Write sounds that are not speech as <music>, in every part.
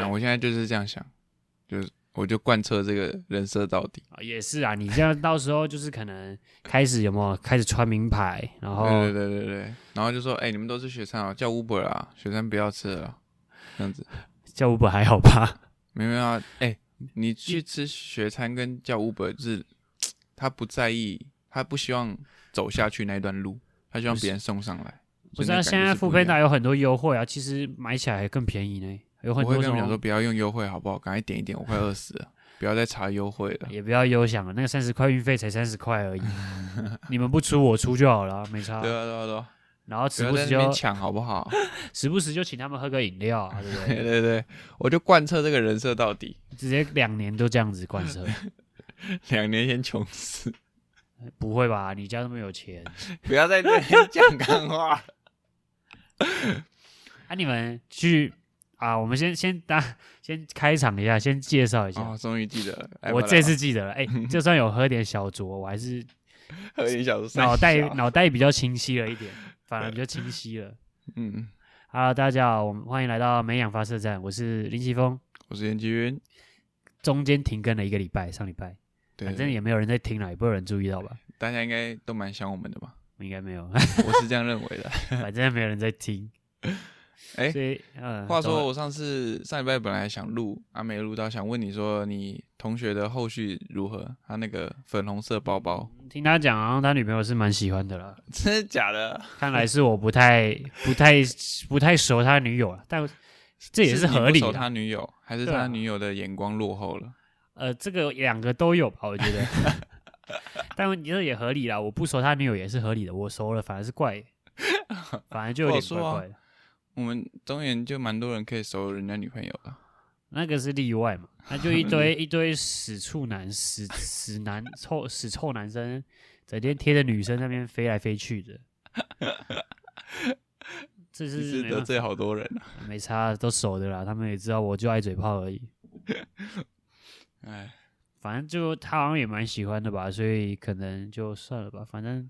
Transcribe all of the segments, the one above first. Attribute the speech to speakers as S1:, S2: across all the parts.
S1: 啊样想，就是我就贯彻这个人设到底。
S2: 啊也是啊，你这样到时候就是可能开始有没有开始穿名牌，然后
S1: 对对对对对，然后就说，哎、你们都吃雪山哦，叫 Uber 啊，雪山不要吃了啊，这样子。
S2: 叫 Uber 还好吧？
S1: 没有啊，哎、你去吃雪餐跟叫 Uber 就是，他不在意，他不希望走下去那一段路，他希望别人送上来。
S2: 不
S1: 所
S2: 是
S1: 以那
S2: 啊，
S1: 感
S2: 现
S1: 觉
S2: 在
S1: 是
S2: 富
S1: 不一
S2: 佩
S1: 样
S2: 达有很多优惠啊，其实买起来还更便宜呢，有很
S1: 我会跟
S2: 多
S1: 他
S2: 什
S1: 们讲说，
S2: 么
S1: 不要用优惠好不好？赶快点一点，我快饿死了，不要再查优惠了。
S2: 也不要优享了，那个三十块运费才三十块
S1: <laughs>
S2: 而已，你们不出我出就好了啊，没差。
S1: 对啊对啊对啊，
S2: 然后
S1: 不
S2: 时
S1: 要
S2: 不
S1: 在
S2: 时
S1: 那边
S2: 就
S1: 抢好不好？ <laughs>
S2: 时不时就请他们喝个饮料啊，对不
S1: 对
S2: 对？
S1: 对对，我就贯彻这个人设到底。
S2: 直接两年都这样子贯彻，
S1: 两年前穷死，
S2: 不会吧？你家那么有钱？
S1: 不要在那边讲干话。
S2: 啊，你们去啊，我们先先打先开场一下，先介绍一下。
S1: <laughs> 哦，终于记得了，来吧
S2: 我
S1: 来
S2: 这
S1: 吧
S2: 次记得了，
S1: <laughs>
S2: 哎、就算有喝点小酌，我还是
S1: 喝一小时，
S2: 脑
S1: <laughs>
S2: 袋
S1: 三小
S2: 脑袋比较清晰了一点，反而比较清晰了。
S1: 嗯，
S2: Hello，大家好，我们欢迎来到美养发射站，我是林奇峰。
S1: 我是严吉云，
S2: 中间停更了一个礼拜，上礼拜，
S1: 对，
S2: 反正也没有人在听了，也不会有人注意到吧？
S1: 大家应该都蛮想我们的吧？
S2: 应该没有， <laughs>
S1: 我是这样认为的。
S2: 反正没有人在听。
S1: <laughs> 哎
S2: 所以，嗯，
S1: 话
S2: 走
S1: 说
S2: 了，
S1: 我上次上礼拜本来想录，啊没录到，想问你说你同学的后续如何？他那个粉红色包包，
S2: 听他讲，好像他女朋友是蛮喜欢的啦。
S1: <laughs> 真的假的？
S2: 看来是我不太、不太、不太熟他女友了，但 <laughs> 这也
S1: 是
S2: 是合理
S1: 你不熟
S2: 的。
S1: 他女友还是
S2: 对啊
S1: 他女友的眼光落后了？
S2: 呃，这个两个都有吧，我觉
S1: <laughs>
S2: 得。但你这也合理啦，我不熟他女友也是合理的，我熟了反而
S1: <laughs>
S2: 是怪，反而就有
S1: 不好
S2: 点怪
S1: 说啊
S2: 怪的。
S1: 我们中原就蛮多人可以熟人家女朋友的。
S2: 那个是例外嘛，那就一
S1: <laughs>
S2: 堆一堆死处男、死死男、臭死臭男生，整天贴着女生那边飞来飞
S1: <laughs>
S2: 去的。这
S1: 你是
S2: 是没
S1: 得
S2: 办
S1: 罪好多人
S2: <laughs>
S1: 啊！
S2: 法没差，都熟的啦，他们也知道我就爱嘴炮而已。
S1: 哎，
S2: 反正就他好像也蛮喜欢的吧，所以可能就算了吧，反正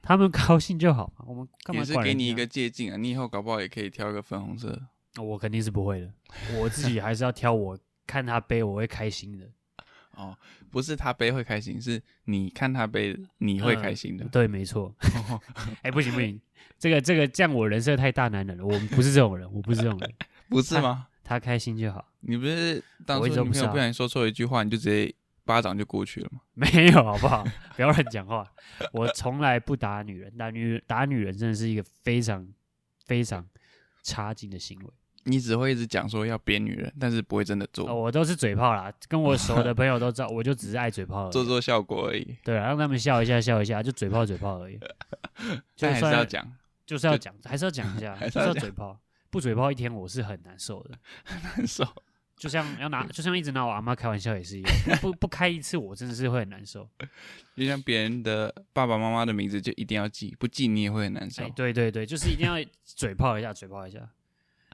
S2: 他们 <laughs> 高兴就好嘛，我们干嘛
S1: 也是
S2: 管
S1: 给
S2: 人
S1: 你一
S2: 家
S1: 个借鉴啊，你以后搞不好也可以挑一个粉红色的。
S2: 哦我肯定是不会的，我自己还是要挑我看他背我会开心的，
S1: 哦，不是他背会开心，是你看他背你会开心的。
S2: 嗯对， <laughs> 没错。哎、不行不行，这个这个这样我人设太大男人了，我们不是这种人，我不是这种人，
S1: 不是吗？
S2: 他开心就好， <laughs>
S1: 你不是当初
S2: 啊我一
S1: 女
S2: 直都
S1: 朋
S2: 不是
S1: 友
S2: 啊
S1: 不小心说错一句话，你就直接巴掌就过去了吗？
S2: 没有好不好？ <laughs> 不要乱讲话，我从来不打女人，打女打女人真的是一个非常非常差劲的行为。
S1: 你只会一直讲说要扁女人，但是不会真的做，
S2: 哦，我都是嘴炮啦，跟我熟的朋友都知道，我就只是爱嘴炮而已。
S1: 做做效果而已。
S2: 对啊，让他们笑一下，笑一下，就嘴炮嘴炮
S1: <laughs>
S2: 而已。就
S1: 但还是
S2: 算
S1: 要，讲，
S2: 就是要讲，还是要讲一下，
S1: 还
S2: 还
S1: 是
S2: 是
S1: 要
S2: 要
S1: 讲
S2: 嘴炮。不嘴炮一天，我是很难受的。
S1: 难受。
S2: 就像要
S1: <laughs>
S2: 拿，就像一直拿我阿妈开玩笑也是一样，不不开一次，我真的是会很
S1: <laughs>
S2: 难受。
S1: 就像别人的爸爸妈妈的名字就一定要记，不记你也会很难受。
S2: 哎，对对对，就是一定要嘴炮一下，嘴炮一下。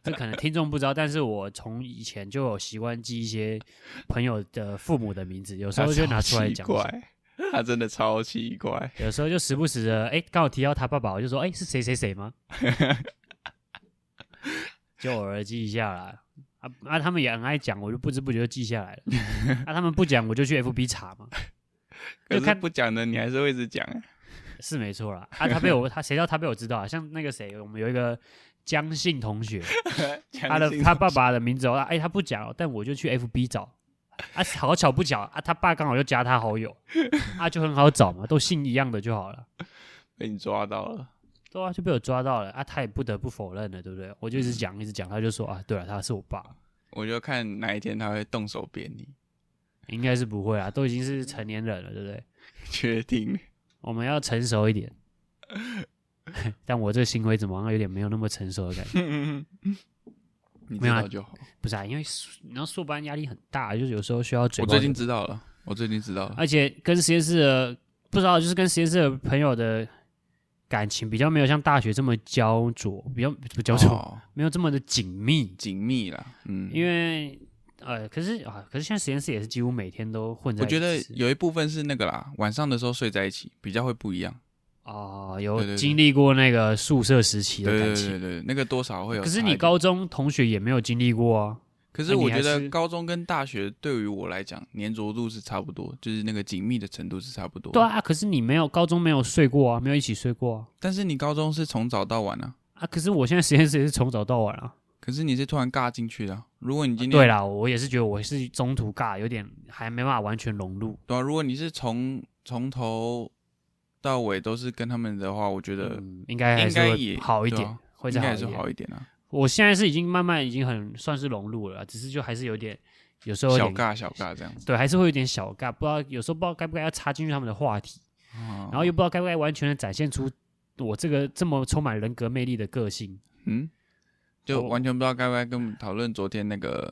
S2: 这可能听众不知道，但是我从以前就有习惯记一些朋友的父母的名字，有时
S1: 他
S2: 候就拿
S1: 超
S2: 出来
S1: 奇
S2: 讲一下。
S1: 怪，他真的超奇怪。
S2: 有时候就时不时的，哎、刚好提到他爸爸，我就说，哎、是谁谁谁吗？就偶尔记一下啦。啊啊，他们也很爱讲，我就不知不觉就记下来了。 <laughs> 啊，他们不讲，我就去 FB 查嘛，
S1: 可
S2: 就是看
S1: 不讲的，你还是会一直讲、哎
S2: 是没错啦。啊，他被我他谁知道他被我知道啊？像那个谁，我们有一个江信同学，
S1: <laughs>
S2: 他的他爸爸的名字哦，哎、他不讲哦，但我就去 FB 找。啊，好巧不巧啊，他爸刚好就加他好友，啊，就很好找嘛，都姓一样的就好了。
S1: 被你抓到了，
S2: 对啊，就被我抓到了啊！他也不得不否认了，对不对？我就
S1: 嗯
S2: 一直讲，一直讲，他就说啊，对了，他是我爸，
S1: 我就看哪一天他会动手扁你，
S2: 应该是不会啊，都已经是成年人了，对不对？
S1: 确定。 <laughs>
S2: 我们要成熟一点。但我这个行为怎么好像有点没有那么成熟的感觉？
S1: 你知
S2: 没有啊
S1: 道就好。
S2: 不是啊，因为硕你知道硕班压力很大，就是有时候需要嘴
S1: 我
S2: 炮。啊
S1: 最近，知道了，我最近知道了。
S2: 而且跟实验室的不知道，就是跟实验室的朋友的感情比较没有像大学这么焦灼，比较不焦灼，
S1: 哦
S2: 没有这么的紧密。
S1: 紧密啦，嗯，
S2: 因为呃，可是啊，可是现在实验室也是几乎每天都混在
S1: 我
S2: 一起
S1: 觉
S2: 吃。
S1: 得有一部分是那个啦，晚上的时候睡在一起比较会不一样。
S2: 哦，
S1: 对对
S2: 有
S1: 对
S2: 经历过那个宿舍时期
S1: 对
S2: 的
S1: 对对
S2: 感情，
S1: 对对，那个多少会有。
S2: 可是你，高中同学也没有经历过啊。
S1: 可
S2: 那
S1: 是
S2: 你
S1: 我
S2: 还
S1: 觉得
S2: 是
S1: 高中跟大学对于我来讲粘着度是差不多，就是那个紧密的程度是差不多。
S2: 对啊，啊可是你没有高中没有睡过啊，没有一起睡过啊。
S1: 但是你高中是从早到晚啊，
S2: 啊，可是我现在实验室也是从早到晚啊。
S1: 可是你是突然尬进去的啊、如果你今天
S2: 对啦，我也是觉得我是中途尬，有点还没办法完全融入。
S1: 对啊，如果你是从从头到尾都是跟他们的话，我觉得
S2: 嗯，应该还
S1: 应
S2: 是
S1: 该
S2: 会
S1: 也
S2: 好一
S1: 对
S2: 点，
S1: 啊
S2: 会
S1: 应
S2: 再
S1: 该
S2: 好
S1: 也
S2: 一
S1: 是
S2: 点。
S1: 好一点啊，
S2: 我现在是已经慢慢已经很算是融入了啊，只是就还是有点，有时候有
S1: 小
S2: 点哦
S1: 尬小尬这样子。
S2: 对，还是会有点小尬，不知道有时候不知道该不该要插进去他们的话题，
S1: 然
S2: 然后又不知道该不该完全的展现出我这个这么充满人格魅力的个性。
S1: 嗯，就
S2: 我
S1: 完全不知道该不该跟我们讨论昨天那个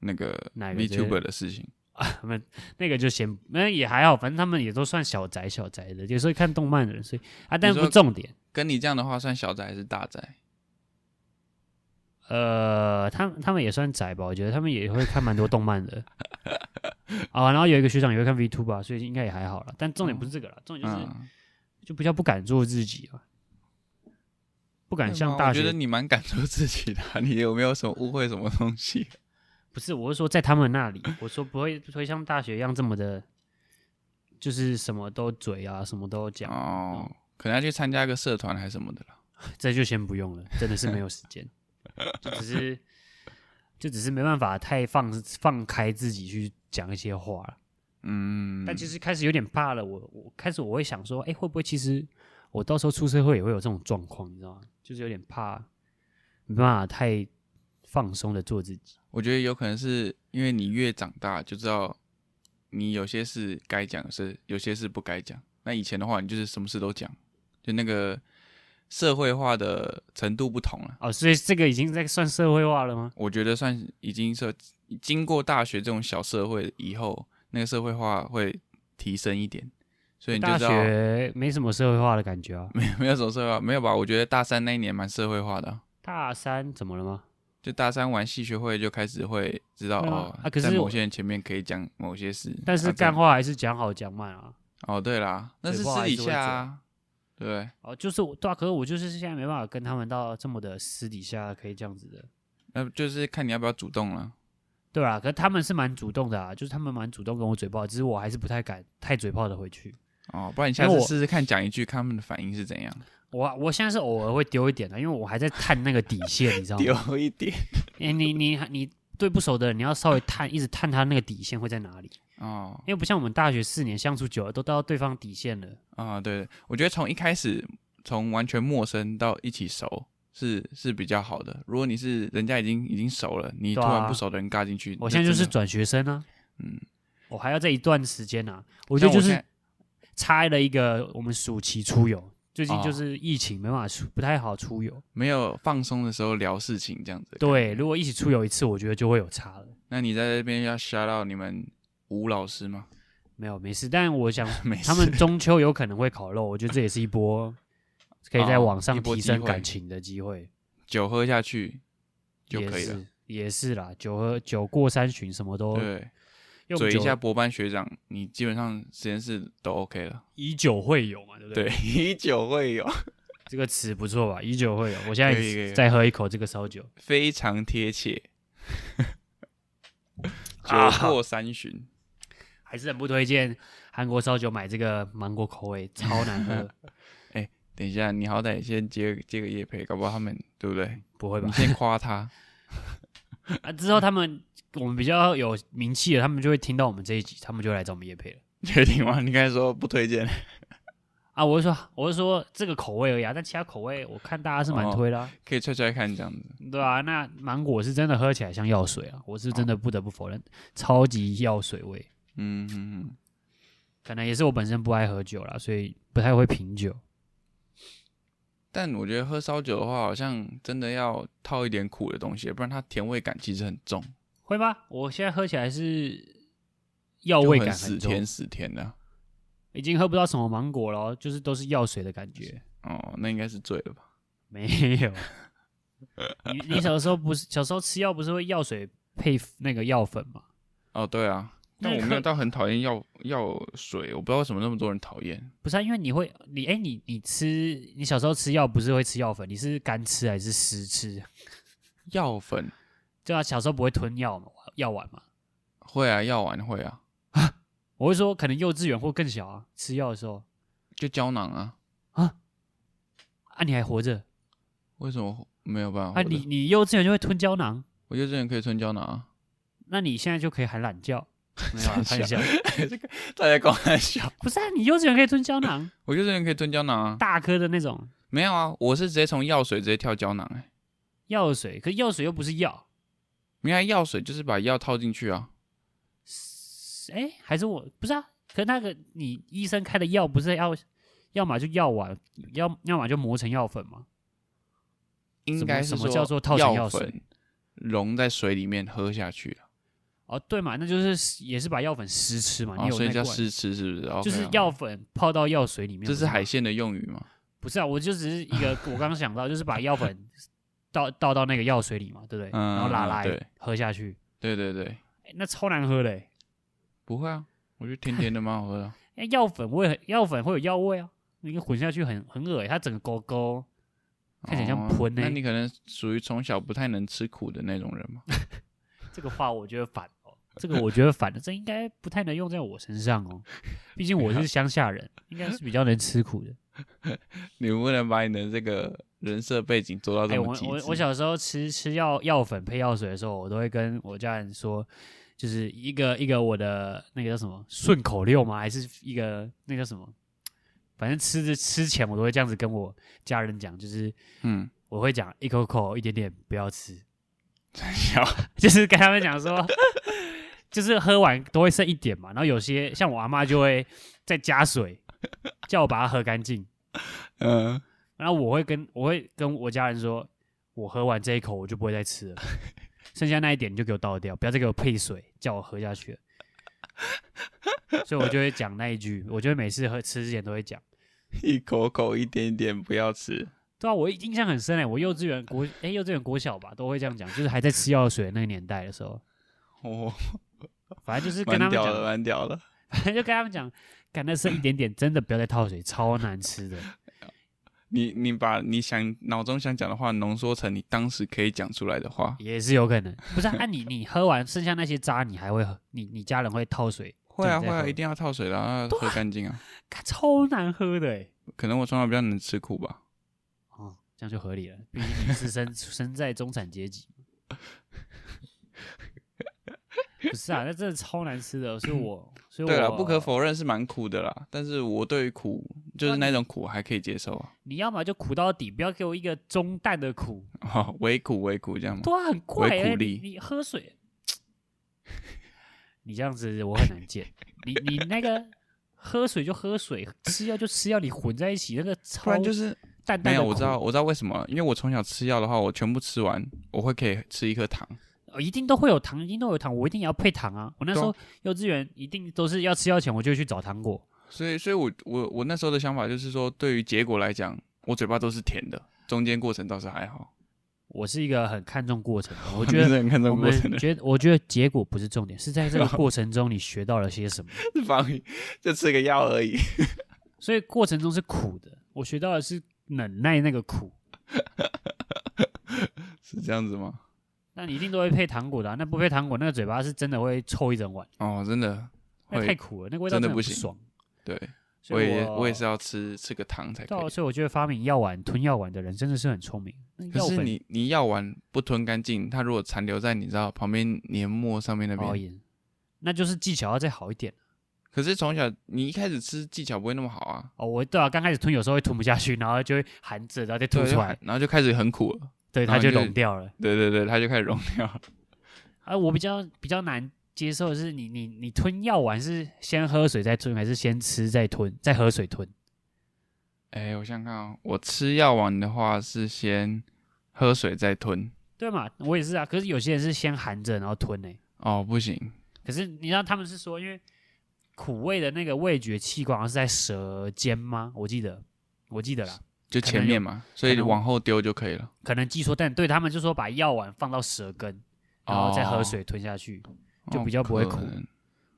S1: 那个
S2: 哪个之类
S1: VTuber 的事情。
S2: 他们那个就先，那也还好，反正他们也都算小宅小宅的，有时候看动漫的人，所以啊，但
S1: 你
S2: 不
S1: 说
S2: 是重点。
S1: 跟你这样的话，算小宅还是大宅？
S2: 呃，他们他们也算宅吧，我觉得他们也会看蛮多动
S1: <laughs>
S2: 漫的。啊，然后有一个学长也会看 V Two 吧，所以应该也还好了。但重点不是这个了，重点就是、
S1: 嗯，
S2: 就比较不敢做自己啊，不敢
S1: 对
S2: 像
S1: 吗
S2: 大
S1: 我觉得
S2: 学。
S1: 你蛮敢做自己的啊、 <laughs> 你有没有什么误会什么东西？
S2: 不是，我是说在他们那里，我说不会不会像大学一样这么的，就是什么都嘴啊，什么都讲，
S1: 哦，可能要去参加个社团还是什么的啦。
S2: 这就先不用了，真的是没有时间，就只是就只是没办法太放放开自己去讲一些话了。
S1: 嗯，
S2: 但其实开始有点怕了，我我开始我会想说，哎、会不会其实我到时候出社会也会有这种状况，你知道吗？就是有点怕，没办法太放松的做自己。
S1: 我觉得有可能是因为你越长大就知道，你有些事该讲的是，有些事不该讲。那以前的话，你就是什么事都讲，就那个社会化的程度不同了。
S2: 哦，所以这个已经在算社会化了吗？
S1: 我觉得算已经是经过大学这种小社会以后，那个社会化会提升一点，所以你就
S2: 大
S1: 知道
S2: 学没什么社会化的感觉啊。
S1: <laughs> 没有没有什么社会化，没有吧？我觉得大三那一年蛮社会化的啊、
S2: 大三怎么了吗？
S1: 就大三玩戏学会就开始会知道
S2: 对啊
S1: 哦，
S2: 啊可是
S1: 在某
S2: 我
S1: 些人前面可以讲某些事，
S2: 但是
S1: 啊这样
S2: 干话还是讲好讲慢啊。
S1: 哦，对啦，那是
S2: 嘴炮
S1: 私
S2: 还
S1: 底
S2: 是会
S1: 下啊，对，
S2: 哦，就是我对啊，可是我就是现在没办法跟他们到这么的私底下可以这样子的。
S1: 那就是看你要不要主动了。
S2: 对啊，可是他们是蛮主动的啊，就是他们蛮主动跟我嘴炮，只是我还是不太敢太嘴炮的回去。
S1: 哦，不然你下
S2: 因为
S1: 次
S2: 我
S1: 试试看讲一句，看他们的反应是怎样，
S2: 我啊我现在是偶尔会丢一点啊的，因为我还在探那个底线，你知道吗？
S1: 丢一点
S2: 哎，你你你对不熟的人，你要稍微探，一直探他那个底线会在哪里，
S1: 哦
S2: 因为不像我们大学四年相处久了，都到对方底线了。
S1: 啊、对，我觉得从一开始从完全陌生到一起熟是是比较好的。如果你是人家已经已经熟了，你突
S2: 对啊
S1: 然不熟的人尬进去，
S2: 我
S1: 那
S2: 现在就
S1: 真
S2: 是
S1: 的
S2: 转学生啊，
S1: 嗯，
S2: 我还要在一段时间啊，我
S1: 我
S2: 觉得就
S1: 现
S2: 是
S1: 在
S2: 差了一个我们暑期出游，最近
S1: 哦
S2: 就是疫情没办法出，不太好出游。
S1: 没有放松的时候聊事情这样子。，
S2: 对，如果一起出游一次，我觉得就会有差了。
S1: 那你在这边要 shout out 你们吴老师吗？
S2: 没有没事，但我想
S1: <laughs> 没事，
S2: 他们中秋有可能会烤肉，我觉得这也是
S1: <laughs>
S2: 一波可以在
S1: 哦
S2: 网
S1: 一
S2: 上
S1: 波
S2: 提
S1: 机
S2: 升
S1: 会
S2: 感情的机会，
S1: 酒喝下去就
S2: 也
S1: 可以了。
S2: 是也是啦，酒喝酒过三巡，什么都
S1: 对，
S2: 用
S1: 嘴一
S2: 酒
S1: 下博班学长，你基本上实验室都 OK 了。
S2: 以酒会友嘛，对不对？
S1: 对， <laughs> 以酒会友，
S2: 这个词不错吧？以酒会友，我现
S1: 可以可以
S2: 在再喝一口这个烧酒，
S1: 非常贴切。酒
S2: 啊
S1: 过三巡，
S2: 还是很不推荐韩国烧酒买这个芒果口味，超难
S1: <laughs>
S2: 喝，
S1: 等一下，你好歹先接接个叶配，搞不好他们对不对？
S2: 不会吧
S1: 你？先夸他， <laughs>
S2: 啊，之后他们我们比较有名气了，他们就会听到我们这一集，他们就会来找我们叶配了。
S1: 确定吗？你刚才说不推荐，
S2: 啊，我是说，我是说这个口味而已啊，但其他口味我看大家是蛮
S1: 哦
S2: 推的、啊，
S1: 可以踹踹看这样子。
S2: 对啊，那芒果是真的喝起来像药水啊，我是真
S1: 哦
S2: 的不得不否认，超级药水味，
S1: 嗯嗯嗯，
S2: 可能也是我本身不爱喝酒啦，所以不太会品酒。
S1: 但我觉得喝烧酒的话，好像真的要套一点苦的东西，不然它甜味感其实很重，
S2: 会吗？我现在喝起来是药
S1: 就
S2: 哦味
S1: 很
S2: 感
S1: 死
S2: 很重
S1: 甜，死甜的。
S2: 已经喝不到什么芒果了哦，就是都是药水的感觉。
S1: 哦，那应该是醉了吧？
S2: <laughs> 没有，你你小时候不是小时候吃药不是会药水配那个药粉吗？
S1: 哦，对啊，但
S2: 那
S1: 我没有
S2: 喝
S1: 到很讨厌药药水，我不知道为什么那么多人讨厌。
S2: 不是、啊，因为你会，你哎、你你吃，你小时候吃药不是会吃药粉？你是干吃还是湿吃？
S1: 药粉
S2: 就他啊小时候不会吞药嘛，药丸嘛，
S1: 会啊，药丸会啊，
S2: 我会说可能幼稚园或更小啊，吃药的时候
S1: 就胶囊啊，
S2: 啊你还活着
S1: 为什么没有办法
S2: 啊
S1: 活着？
S2: 你你幼稚园就会吞胶囊，
S1: 我幼稚园可以吞胶囊啊，，
S2: 那你现在就可以喊懒觉，没有啊
S1: <laughs>
S2: 开玩笑，
S1: 大家光很小，
S2: 不是啊，你幼稚园可以吞胶囊，
S1: 我幼稚园可以吞胶囊啊，
S2: 大颗的那种
S1: 没有啊，我是直接从药水直接跳胶囊哎、
S2: 药水，可是药水又不是药，
S1: 你看药水就是把药套进去啊，
S2: 哎、还是我不是啊？可那个你医生开的药不是要，要么就药丸，要要么就磨成药粉嘛？
S1: 应该是
S2: 什么
S1: 说
S2: 叫做套成
S1: 药
S2: 药水
S1: 粉溶在水里面喝下去啊了，
S2: 哦，对嘛，那就是也是把药粉湿吃嘛。你
S1: 哦，
S2: 有
S1: 所以
S2: 那
S1: 叫
S2: 罐，
S1: 试吃是不是？哦
S2: 就是
S1: OK，OK
S2: 药粉泡到药水里面。
S1: 这
S2: 不
S1: 是
S2: 吗
S1: 海鲜的用语嘛？
S2: 不是啊？我就只
S1: <laughs>
S2: 是一个，我刚刚想到就是把药粉倒倒到那个药水里嘛，对不对？
S1: 嗯
S2: 然后
S1: 嗯
S2: 拉
S1: 对
S2: 来喝下去，
S1: 对对对，
S2: 哎那超难喝的、欸。
S1: 不会啊，我觉得甜甜的蛮好喝的。
S2: 哎，药粉味很，药粉会有药味啊，你混下去很很恶、欸，它整个勾勾。 <laughs> 看起来像喷欸
S1: 哦那你可能属于从小不太能吃苦的那种人嘛？ <laughs>
S2: 这个话我觉得反哦，这个我觉得反的，这应该不太能用在我身上哦，毕竟我是乡下人，应该是比较能吃苦的。
S1: 你不能把你的这个人设背景做到
S2: 哎、
S1: 这
S2: 我
S1: 么极致。
S2: 我我小时候吃吃药药粉配药水的时候，我都会跟我家人说，就是一个一个我的那个叫什么顺口溜吗？还是一个那个叫什么？反正吃着吃前我都会这样子跟我家人讲，就是
S1: 嗯，
S2: 我会讲一口口一点点不要吃，
S1: 小
S2: <laughs> 就是跟他们讲说，就是喝完都会剩一点嘛，然后有些像我阿妈就会再加水，叫我把它喝干净。
S1: 嗯，
S2: 然后我会跟我会跟我家人说，我喝完这一口我就不会再吃了，剩下那一点你就给我倒掉，不要再给我配水，叫我喝下去了。所以我就会讲那一句，我就会每次喝吃之前都会讲。
S1: 一口口一点点不要吃。
S2: 对啊，我印象很深哎、我幼稚园国哎、幼稚园国小吧都会这样讲，就是还在吃药水的那个年代的时候，
S1: 哦，
S2: 反正就是跟他
S1: 蛮
S2: 们
S1: 屌
S2: 讲
S1: 的，，蛮屌的。
S2: 就跟他们讲，干那剩一点点，真的不要再套水，超难吃的。
S1: 你你把你想脑中想讲的话浓缩成你当时可以讲出来的话，
S2: 也是有可能。不是啊，啊你你喝完剩下那些渣，你还会喝？你你家人会套水？
S1: 会啊
S2: 这样再
S1: 会啊，
S2: 喝
S1: 一定要套水啦，要喝干净啊。
S2: 干超难喝的欸
S1: 可能我从小比较能吃苦吧。
S2: 哦，这样就合理了，毕竟你
S1: <laughs>
S2: 是身身在中产阶级。不是啊，那真的超难吃的，所以我所以我
S1: 对了，不可，否认是蛮苦的啦，但是我对于苦就是那种苦还可以接受啊，
S2: 你要么就苦到底，不要给我一个中淡的苦，
S1: 哦， <laughs> 微苦微苦这样吗？
S2: 对啊，很怪
S1: 为
S2: 欸
S1: 苦力
S2: 你你喝水，你这样子我很难见。你你那个喝水就喝水，吃药就吃药，你混在一起那个
S1: 不
S2: 超
S1: 然就是
S2: 淡
S1: 没
S2: 淡的
S1: 有，
S2: 苦。
S1: 我知道，我知道为什么，因为我从小吃药的话，我全部吃完，我会可以吃一颗糖。
S2: 呃，一定都会有糖，一定都有糖，我一定也要配糖啊。我那时候幼稚园一定都是要吃药前我就会去找糖果，
S1: 所以，所以我我我那时候的想法就是说，对于结果来讲，我嘴巴都是甜的，中间过程倒是还好。
S2: 我是一个很看重过程的，我
S1: <laughs> 我
S2: 觉得。
S1: 很看
S2: 我
S1: 重过
S2: 们 <laughs>
S1: 程的，
S2: 觉得，我觉得结果不是重点，是在这个过程中你学到了些什么。
S1: 防御就吃个药而已。
S2: 所以过程中是苦的，我学到的是忍耐那个苦，
S1: 是这样子吗？
S2: 那你一定都会配糖果的啊、那不配糖果，那个嘴巴是真的会臭一整晚，
S1: 哦，真的
S2: 那太
S1: 会，
S2: 苦了，那个味道
S1: 真的
S2: 的
S1: 不
S2: 不
S1: 行
S2: 爽。
S1: 对
S2: 所
S1: 我
S2: 以
S1: 也
S2: 我
S1: 我也是，要吃吃个糖才可
S2: 对啊
S1: 以。
S2: 所以我觉得发明药丸、吞药丸的人真的是很聪明。那
S1: 可
S2: 药
S1: 是
S2: 粉
S1: 你你药丸不吞干净，它如果残留在你知道旁边黏膜上面那边，
S2: 熬研，那就是技巧要再好一点
S1: 可是从小你一开始吃技巧不会那么好啊，
S2: 哦。我对啊，刚开始吞有时候会吞不下去，然后就会含着，然后再吐
S1: 对，
S2: 出
S1: 就
S2: 来，
S1: 然后就开始很苦了，
S2: 对，
S1: 然
S2: 它
S1: 后
S2: 就
S1: 就
S2: 溶掉了。
S1: 对对对，它就开始溶掉
S2: <laughs>
S1: 了。
S2: 啊，我比较比较难接受的是你，你你吞药丸是先喝水再吞，还是先吃再吞，再喝水吞？
S1: 哎，我想想看哦，我吃药丸的话是先喝水再吞，
S2: 对嘛？我也是啊，可是有些人是先含着然后吞欸呢、
S1: 哦不行，
S2: 可是你知道他们是说，因为苦味的那个味觉器官好像是在舌尖吗？我记得，我记得啦，
S1: 就前面嘛，所以往后丢就可以了。
S2: 可能记错，但对他们就说把药丸放到舌根，然后再喝水吞下去。就比较不会苦
S1: 哦可能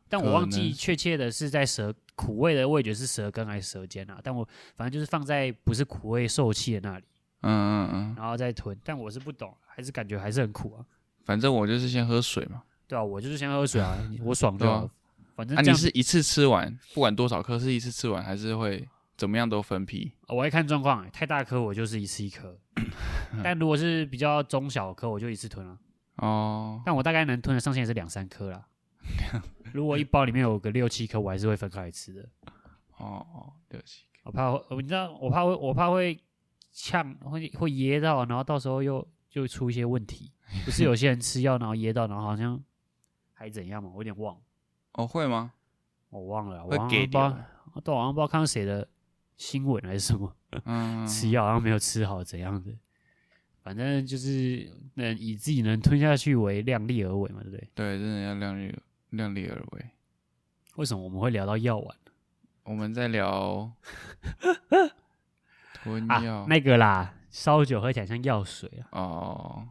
S2: 但我
S1: 可
S2: 忘
S1: 能
S2: 记确切的是在舌苦味的味觉是舌根还是舌尖啊？但我反正就是放在不是苦味受气的那里，
S1: 嗯嗯嗯，
S2: 然后再吞。但我是不懂，还是感觉还是很苦啊。
S1: 反正我就是先喝水嘛。
S2: 对啊，我就是先喝水啊，我爽就好。
S1: 对啊
S2: 反正
S1: 啊，
S2: 这
S1: 你
S2: 样，
S1: 是一次吃完，不管多少颗，是一次吃完还是会怎么样都分批？
S2: 我会看状况、欸，太大颗我就是一次
S1: <laughs>
S2: 一颗，但如果是比较中小颗，我就一次吞了、
S1: 哦，
S2: 但我大概能吞的上限也是两三颗啦。如果一包里面有个六七颗，我还是会分开来吃的。
S1: 哦哦，对不起，
S2: 我怕会，呃我你知道，我怕会，我怕会呛，会会噎到，然后到时候又就出一些问题。不是有些人吃药然后噎到，然后好像还怎样嘛？我有点忘了，
S1: 哦会吗？
S2: 我忘了，啊我
S1: 会
S2: 好像不
S1: 给
S2: 知道
S1: 掉，
S2: 我都好像不知道看到谁的新闻还是什么，
S1: 嗯，
S2: 吃药好像没有吃好怎样的。反正就是能以自己能吞下去为量力而为嘛，对不对？
S1: 对，真的要量力量力而为。
S2: 为什么我们会聊到药丸
S1: 我们在
S2: <laughs>
S1: 聊吞嗯药、
S2: 啊？那个啦，烧酒喝起来像药水啊。
S1: 哦，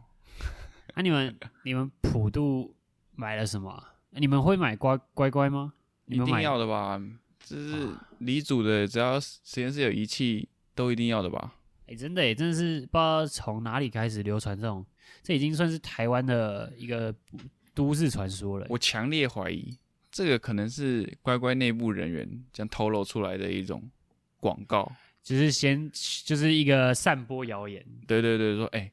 S2: 啊，你们你们普渡买了什么啊？你们会买乖乖乖吗？你
S1: 一
S2: 们
S1: 定
S2: 买
S1: 要的吧？这是离组的，只要实验室有仪器，都一定要的吧？
S2: 哎、真的哎、真的是不知道从哪里开始流传这种，这已经算是台湾的一个都市传说了欸、
S1: 我强烈怀疑，这个可能是乖乖内部人员将透露出来的一种广告。
S2: 就是先就是一个散播谣言，
S1: 对对对，说哎、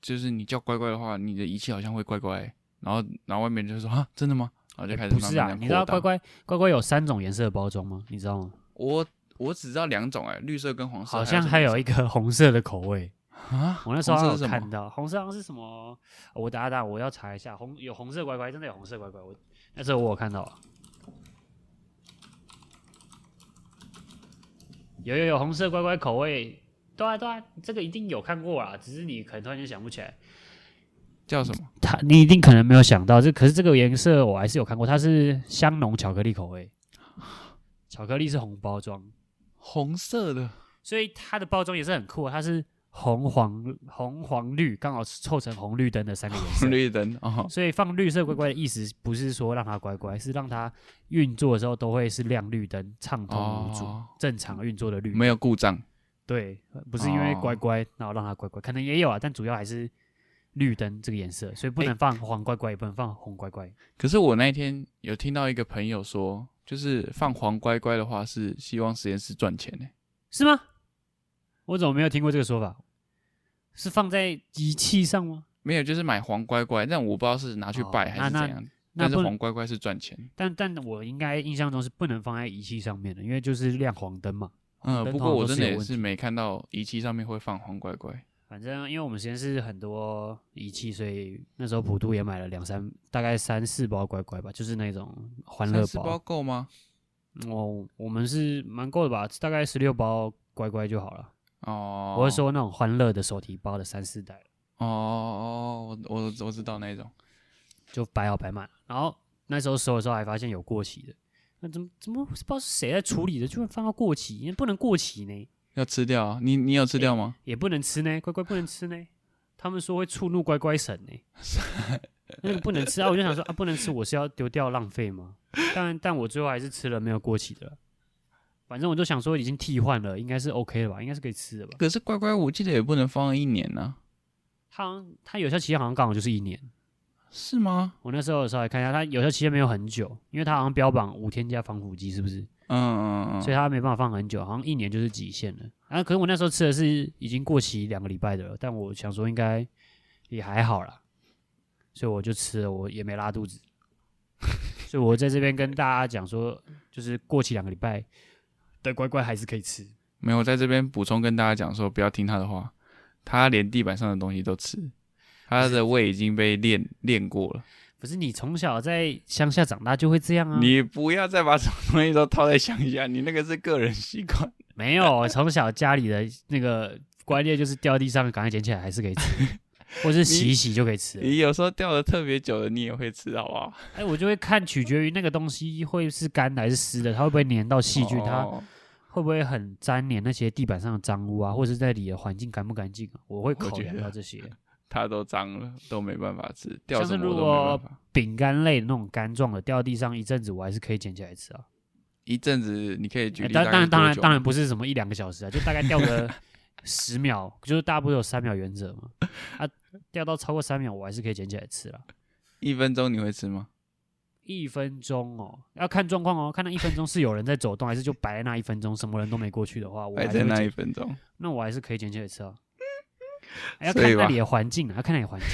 S1: 就是你叫乖乖的话，你的仪器好像会乖乖、然后然后外面就说啊，真的吗？然后就开
S2: 欸
S1: 始
S2: 不
S1: 慢慢
S2: 是啊？
S1: 地
S2: 你知道
S1: 扩大
S2: 乖乖乖乖有三种颜色的包装吗？你知道吗？
S1: 我我只知道两种哎、绿色跟黄色，
S2: 好像
S1: 什么
S2: 还有一个红色的口味，
S1: 啊，
S2: 我那时候
S1: 红色是
S2: 好像有
S1: 什
S2: 看
S1: 么？
S2: 到红色好像是什么，我打打，我要查一下红有红色乖乖，真的有红色乖乖，我那时候我有看到，有有有红色乖乖口味，对啊对啊，这个一定有看过啦，只是你可能突然间想不起来，
S1: 叫什么？
S2: 它你一定可能没有想到这，可是这个颜色我还是有看过，它是香浓巧克力口味，巧克力是红包装，
S1: 红色
S2: <laughs>
S1: 的
S2: 所以它的包装也是很酷啊，它是红黄红黄绿，刚好凑成红绿灯的三个颜色。
S1: 绿灯哦，
S2: 所以放绿色乖乖的意思不是说让它乖乖，是让它运作的时候都会是亮绿灯，畅通无阻，
S1: 哦
S2: 正常运作的绿。
S1: 没哦有故障
S2: 对，不是因为乖乖然后让它乖乖，可能也有啊，但主要还是绿灯这个颜色，所以不能放黄乖乖，也不能放红乖乖。
S1: 可是我那一天有听到一个朋友说，就是放黄乖乖的话是希望实验室赚钱欸呢、
S2: 是吗？我怎么没有听过这个说法？是放在仪器上吗？
S1: 没有，就是买黄乖乖，但我不知道是拿去拜
S2: 哦
S1: 还是
S2: 那
S1: 怎样。
S2: 那
S1: 但是
S2: 不
S1: 黄乖乖是赚钱，
S2: 但但我应该印象中是不能放在仪器上面的，因为就是亮黄灯嘛。
S1: 嗯，
S2: 灯
S1: 不
S2: 泡
S1: 过我
S2: 都
S1: 真
S2: 是
S1: 的
S2: 有
S1: 也
S2: 问
S1: 是没看到仪器上面会放黄乖乖。
S2: 反正因为我们实验室很多仪器，所以那时候普渡也买了两三，大概三四包乖乖吧，就是那种欢乐
S1: 三四包
S2: 包。嗯
S1: 够吗？
S2: 我我们是蛮够的吧，大概十六包乖乖就好了。
S1: 哦，
S2: 我是说那种欢乐的手提包的三四袋，
S1: 哦哦，我我我知道那一种，
S2: 就摆好摆满。然后那时候收的时候还发现有过期的，那怎么怎么不知道是谁在处理的，居然放到过期，因为不能过期呢，
S1: 要吃掉啊！你你有吃掉吗？
S2: 也不能吃呢，乖乖不能吃呢。他们说会触怒乖乖神呢、那个不能吃啊！我就想说啊，不能吃，我是要丢掉浪费吗？但但我最后还是吃了没有过期的啦，反正我就想说已经替换了，应该是 OK 了吧？应该是可以吃的吧？
S1: <laughs> 可是乖乖，我记得也不能放一年呢、
S2: 它好像它有效期限好像刚好就是一年，
S1: 是吗？
S2: 我那时候的时候还看一下，它有效期限没有很久，因为它好像标榜五天加防腐剂，是不是？啊
S1: 嗯嗯
S2: 所
S1: 嗯，
S2: 以它没办法放很久，好像一年就是极限了。啊，可是我那时候吃的是已经过期两个礼拜的了，但我想说应该也还好啦，所以我就吃了，我也没拉肚子。 <laughs> 所以我在这边跟大家讲说，就是过期两个礼拜的乖乖还是可以吃。
S1: 没有，我在这边补充跟大家讲说，不要听他的话，他连地板上的东西都吃，他
S2: <laughs>
S1: 的胃已经被练练过了。
S2: 不是你从小在乡下长大就会这样啊？
S1: 你不要再把什么东西都套在想一下，你那个是个人习惯。
S2: 没有从小家里的那个观念就是掉地上赶快捡起来还是可
S1: <laughs>
S2: 以吃，或是洗一洗就可以吃了。
S1: 你有时候掉的特别久的，你也会吃，好不好？
S2: 哎，我就会看，取决于那个东西会是干的还是湿的，它会不会粘到细菌，它
S1: 哦
S2: 会不会很粘连那些地板上的脏污啊，或者在里的环境干不干净啊，我会
S1: 我
S2: 考
S1: 觉
S2: 量
S1: 得
S2: 到这些。
S1: 它都脏了，都没办法吃，掉
S2: 像是
S1: 什么我
S2: 如
S1: 都没办
S2: 果
S1: 法。
S2: 饼干类的那种干状的掉地上一阵子，我还是可以捡起来吃啊。
S1: 一阵子你可以举
S2: 哎
S1: 例
S2: 当
S1: 大概
S2: 当然当
S1: 多
S2: 然
S1: 久
S2: 当然不是
S1: <laughs>
S2: 什么一两个小时啊，就大概掉个十秒，就是大家不是有三秒原则嘛？啊，掉到超过三秒，我还是可以捡起来吃了。
S1: 一分钟你会吃吗？
S2: 一分钟哦，要看状况哦，看那一分钟是有人在走动，还是就摆在那一分钟，什么人都没过去的话，我
S1: 摆
S2: 还
S1: 哎在
S2: 是会
S1: 那一
S2: 捡，
S1: 分钟，
S2: 那我还是可以捡起来吃啊。哎
S1: 嗯
S2: 要
S1: 所以
S2: 看那
S1: 吧
S2: 里的环境啊，要看那里的环境。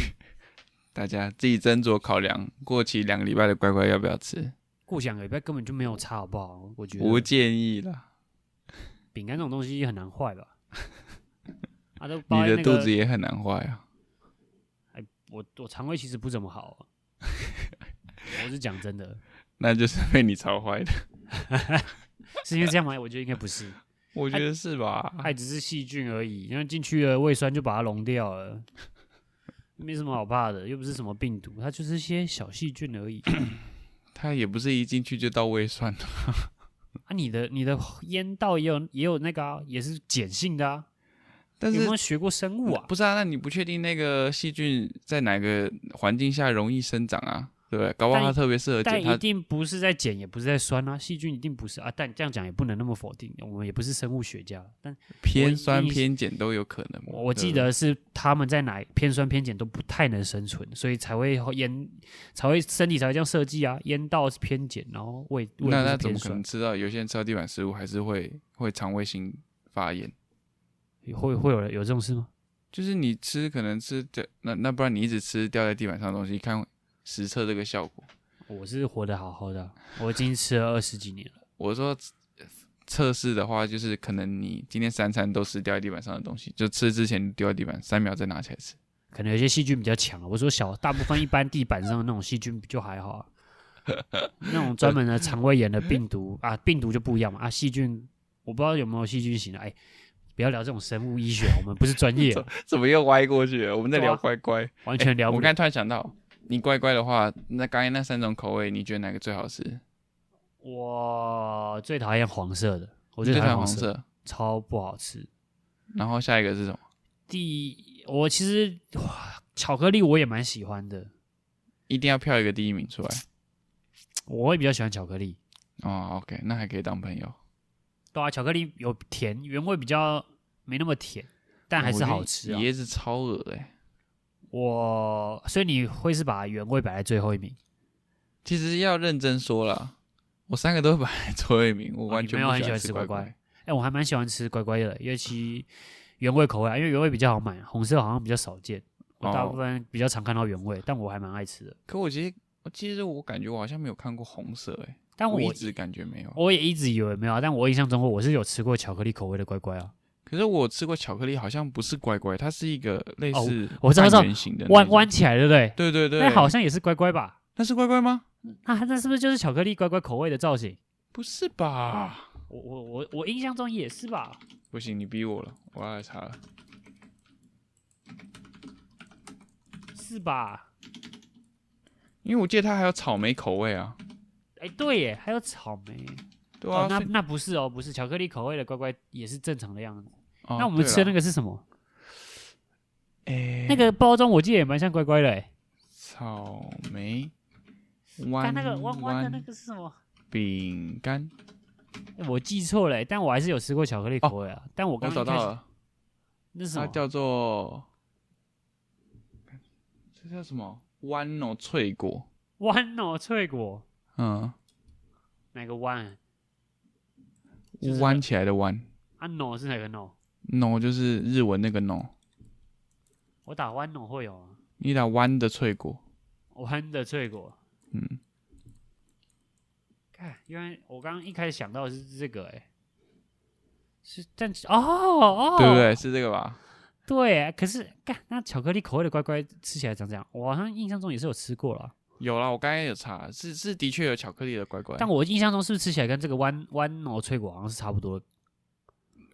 S1: 大家自己斟酌考量，过期两个礼拜的乖乖要不要吃？
S2: 过奖礼拜根本就没有差，好不好？我觉
S1: 不
S2: 得
S1: 建议啦，
S2: 饼干这种东西很难坏吧？啊，都包
S1: 你的
S2: 在那
S1: 肚子
S2: 个，
S1: 也很难坏啊。
S2: 我我肠胃其实不怎么好、啊。我是讲真的， <laughs>
S1: 那就是被你吵坏的，
S2: 是因为这样吗？我觉得应该
S1: <laughs>
S2: 不是，
S1: 我觉得是吧？
S2: 它也只是细菌而已，因为进去了胃酸就把它溶掉了，没什么好怕的，又不是什么病毒，它就是一些小细菌而已。 <coughs>
S1: 它也不是一进去就到胃酸的，
S2: 啊，你的你的烟道也有也有那个、啊，也是碱性的啊，
S1: 但
S2: 有
S1: 是
S2: 没有学过生物啊？
S1: 不是啊？那你不确定那个细菌在哪个环境下容易生长啊？对不对？搞不好它
S2: 但
S1: 特别适合
S2: 但
S1: 捡
S2: 一
S1: 它。
S2: 定不是在碱，也不是在酸啊，细菌一定不是啊。但这样讲也不能那么否定，我们也不是生物学家。但
S1: 偏酸
S2: 我印
S1: 偏碱都有可能嘛。
S2: 我我
S1: 对不嗯
S2: 记
S1: 对
S2: 得是他们在哪偏酸偏碱都不太能生存，所以才会烟才会身体才会这样设计啊，烟道是偏碱，然后胃
S1: 那
S2: 胃不
S1: 那怎
S2: 是偏
S1: 么可能
S2: 酸，
S1: 吃到？有些人吃到地板食物还是会会肠胃型发炎，
S2: 会会有人有这种事吗？
S1: 就是你吃可能吃的那那不然你一直吃掉在地板上的东西，看实测这个效果。
S2: 我是活得好好的啊，我已经吃了二十几年了，
S1: 我说呃测试的话，就是可能你今天三餐都吃掉在地板上的东西，就吃之前丢在地板，三秒再拿起来吃。 <laughs>
S2: 可能有些细菌比较强啊。我说小，大部分一般地板上的那种细菌就还好
S1: <laughs>
S2: 啊，那种专门的肠胃炎的病毒啊，病毒就不一样嘛啊，细菌我不知道有没有细菌型的，哎，不要聊这种生物医学，
S1: <laughs>
S2: 我们不是专业啊，
S1: 怎么又歪过去了？我们在
S2: 对
S1: 聊
S2: 啊
S1: 乖乖。
S2: <laughs> 完全聊
S1: 哎我
S2: 不
S1: 刚才突然想到，你乖乖的话，那刚才那三种口味，你觉得哪个最好吃？
S2: 我最讨厌黄色的，我
S1: 我
S2: 最
S1: 最喜
S2: 讨厌
S1: 欢黄
S2: 色，
S1: 色。
S2: 超不好吃。
S1: 然后下一个是什么？
S2: 第一我其实哇，巧克力我也蛮喜欢的，
S1: 一定要票一个第一名出来。
S2: 我也比较喜欢巧克力。
S1: 哦，OK，那还可以当朋友。
S2: 对啊，巧克力有甜，原味比较没那么甜，但还是好吃啊
S1: 哦我觉。得椰子超恶哎、
S2: 我所以你会是把原味摆在最后一名，
S1: 其实要认真说啦，我三个都摆在最后一名，我完全
S2: 哦你没有
S1: 不
S2: 很喜欢
S1: 欢
S2: 吃
S1: 吃
S2: 乖
S1: 乖
S2: 乖。哎、我还蛮喜欢吃乖乖的，尤其原味口味啊，因为原味比较好买，红色好像比较少见，我大
S1: 哦
S2: 部分比较常看到原味，但我还蛮爱吃的。
S1: 可我其实，我其实我感觉我好像没有看过红色哎、
S2: 但
S1: 我
S2: 我
S1: 一直感觉没有。
S2: 我也一直以为没有啊，但我印象中我是有吃过巧克力口味的乖乖啊，
S1: 可是我吃过巧克力，好像不是乖乖，它是一个类似
S2: 哦我知道知道
S1: 半圆形的那
S2: 弯
S1: 种
S2: 弯。起来，对不对？
S1: 对对对，
S2: 那好像也是乖乖吧？
S1: 那是乖乖吗？
S2: 啊，那是不是就是巧克力乖乖口味的造型？
S1: 不是吧？
S2: 我我我我印象中也是吧？
S1: 不行，你逼我了，我要来查了。
S2: 是吧？
S1: 因为我记得它还有草莓口味啊。
S2: 哎、对耶，还有草莓。
S1: 对啊，
S2: 哦、那
S1: 所以
S2: 那不是哦，不是巧克力口味的乖乖也是正常的样子。
S1: 哦
S2: 那我们
S1: 对
S2: 吃的那
S1: 啦
S2: 个是什么？
S1: 诶
S2: 那个包装我记得也蛮像乖乖的欸耶，
S1: 草莓
S2: 看
S1: 弯
S2: 那个弯弯的那个是什么？
S1: 饼干，
S2: 哎我记错了耶，但我还是有吃过巧克力口味啊。但
S1: 哦
S2: 我
S1: 我
S2: 刚
S1: 找
S2: 刚一
S1: 到
S2: 开始
S1: 了，
S2: 那是什
S1: 它
S2: 么？
S1: 叫做这叫什么？豌豆脆果，
S2: 弯哦，脆果
S1: 嗯，
S2: 哪个弯啊？就是
S1: 弯起来的弯
S2: 啊，no 是哪个 no？
S1: ，no 就是日文那个 no，
S2: 我打弯 no 会有啊，
S1: 你打弯的脆果，
S2: 弯的脆果。
S1: 嗯，
S2: 看，因为我刚刚一开始想到的是这个、欸，哎，是但哦哦，
S1: 对不对？？是这个吧？
S2: 对，欸可是干那巧克力口味的乖乖吃起来长这样，我好像印象中也是有吃过了，
S1: 有啦，我刚才有查，是是的确有巧克力的乖乖，
S2: 但我印象中是不是吃起来跟这个弯弯哦脆果好像是差不多的？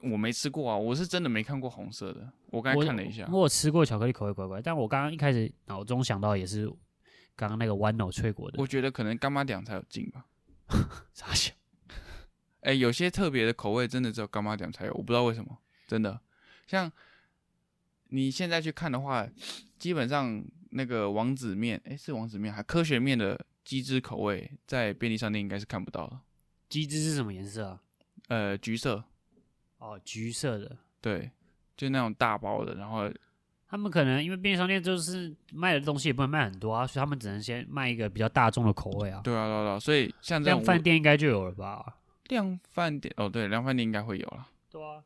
S1: 我没吃过啊，我是真的没看过红色的，我刚才
S2: 我
S1: 看了一下，
S2: 我有吃过巧克力口味乖乖，但我刚刚一开始脑中想到的也是刚刚那个弯哦脆果的 <laughs>
S1: 我觉得可能干妈点才有进吧。
S2: 傻笑。
S1: 哎、有些特别的口味真的只有干妈点才有，我不知道为什么，真的。像你现在去看的话，基本上那个王子面，哎、是王子面还科学面的鸡汁口味，在便利商店应该是看不到的。
S2: 鸡汁是什么颜色啊？
S1: 呃，橘色，
S2: 哦，橘色的哦
S1: 对，就那种大包的，然后
S2: 他们可能因为便利商店就是卖的东西也不能卖很多啊，所以他们只能先卖一个比较大众的口味啊。
S1: 对啊，对啊，对啊所以像这样
S2: 量
S1: 我
S2: 饭店应该就有了吧？
S1: 量饭店哦，对，量饭店应该会有啦，
S2: 对啊，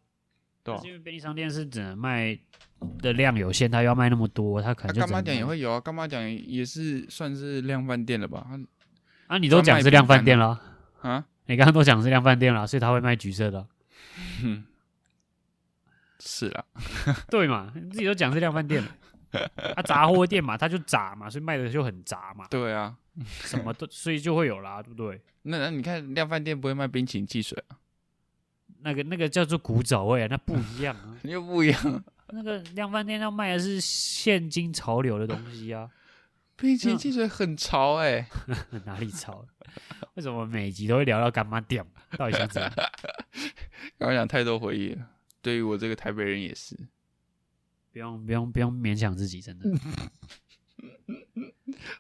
S1: 对
S2: 但
S1: 吧
S2: 是？因为便利商店是只能卖的量有限，他要卖那么多，他可
S1: 他
S2: 能就
S1: 干
S2: 只
S1: 妈
S2: 能
S1: 讲也
S2: 卖
S1: 会有啊，干妈讲也是算是量饭店了吧？它
S2: 啊，你都讲是量饭店了，
S1: 啊，
S2: 你刚刚都讲是量饭店了，所以他会卖橘色的，啊
S1: 是啦，
S2: 对嘛？你自己都讲是量饭店了。啊，杂货店嘛，他就杂嘛，所以卖的就很杂嘛，
S1: 对啊。
S2: 什么都，所以就会有啦，对不对？
S1: 那那你看量饭店不会卖冰淇淋汽水啊，
S2: 那个那个叫做古早味啊，那不一样啊。
S1: 又不一样。
S2: 那个量贩店要卖的是现今潮流的东西啊，
S1: 冰淇淋汽水很潮哎、
S2: 哪里潮了？为什么每集都会聊到干妈店？到底想怎样？ <laughs>
S1: 刚刚讲太多回忆了，对于我这个台北人也是。
S2: 不用不用不用勉强自己，真的。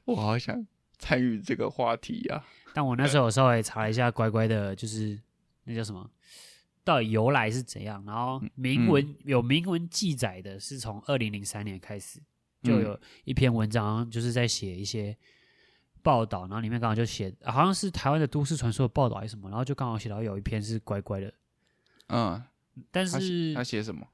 S1: 我好想参与这个话题呀、
S2: 但我那时候有稍微查了一下乖乖的，就是那叫什么，到底由来是怎样？然后明文、有明文记载的是从二零零三年开始，
S1: 嗯
S2: 就有一篇文章，就是在写一些报道，然后里面刚好就写，好像是台湾的都市传说的报道还是什么，然后就刚好写到有一篇是乖乖的，
S1: 嗯，
S2: 但
S1: 他写
S2: 是
S1: 他写什么？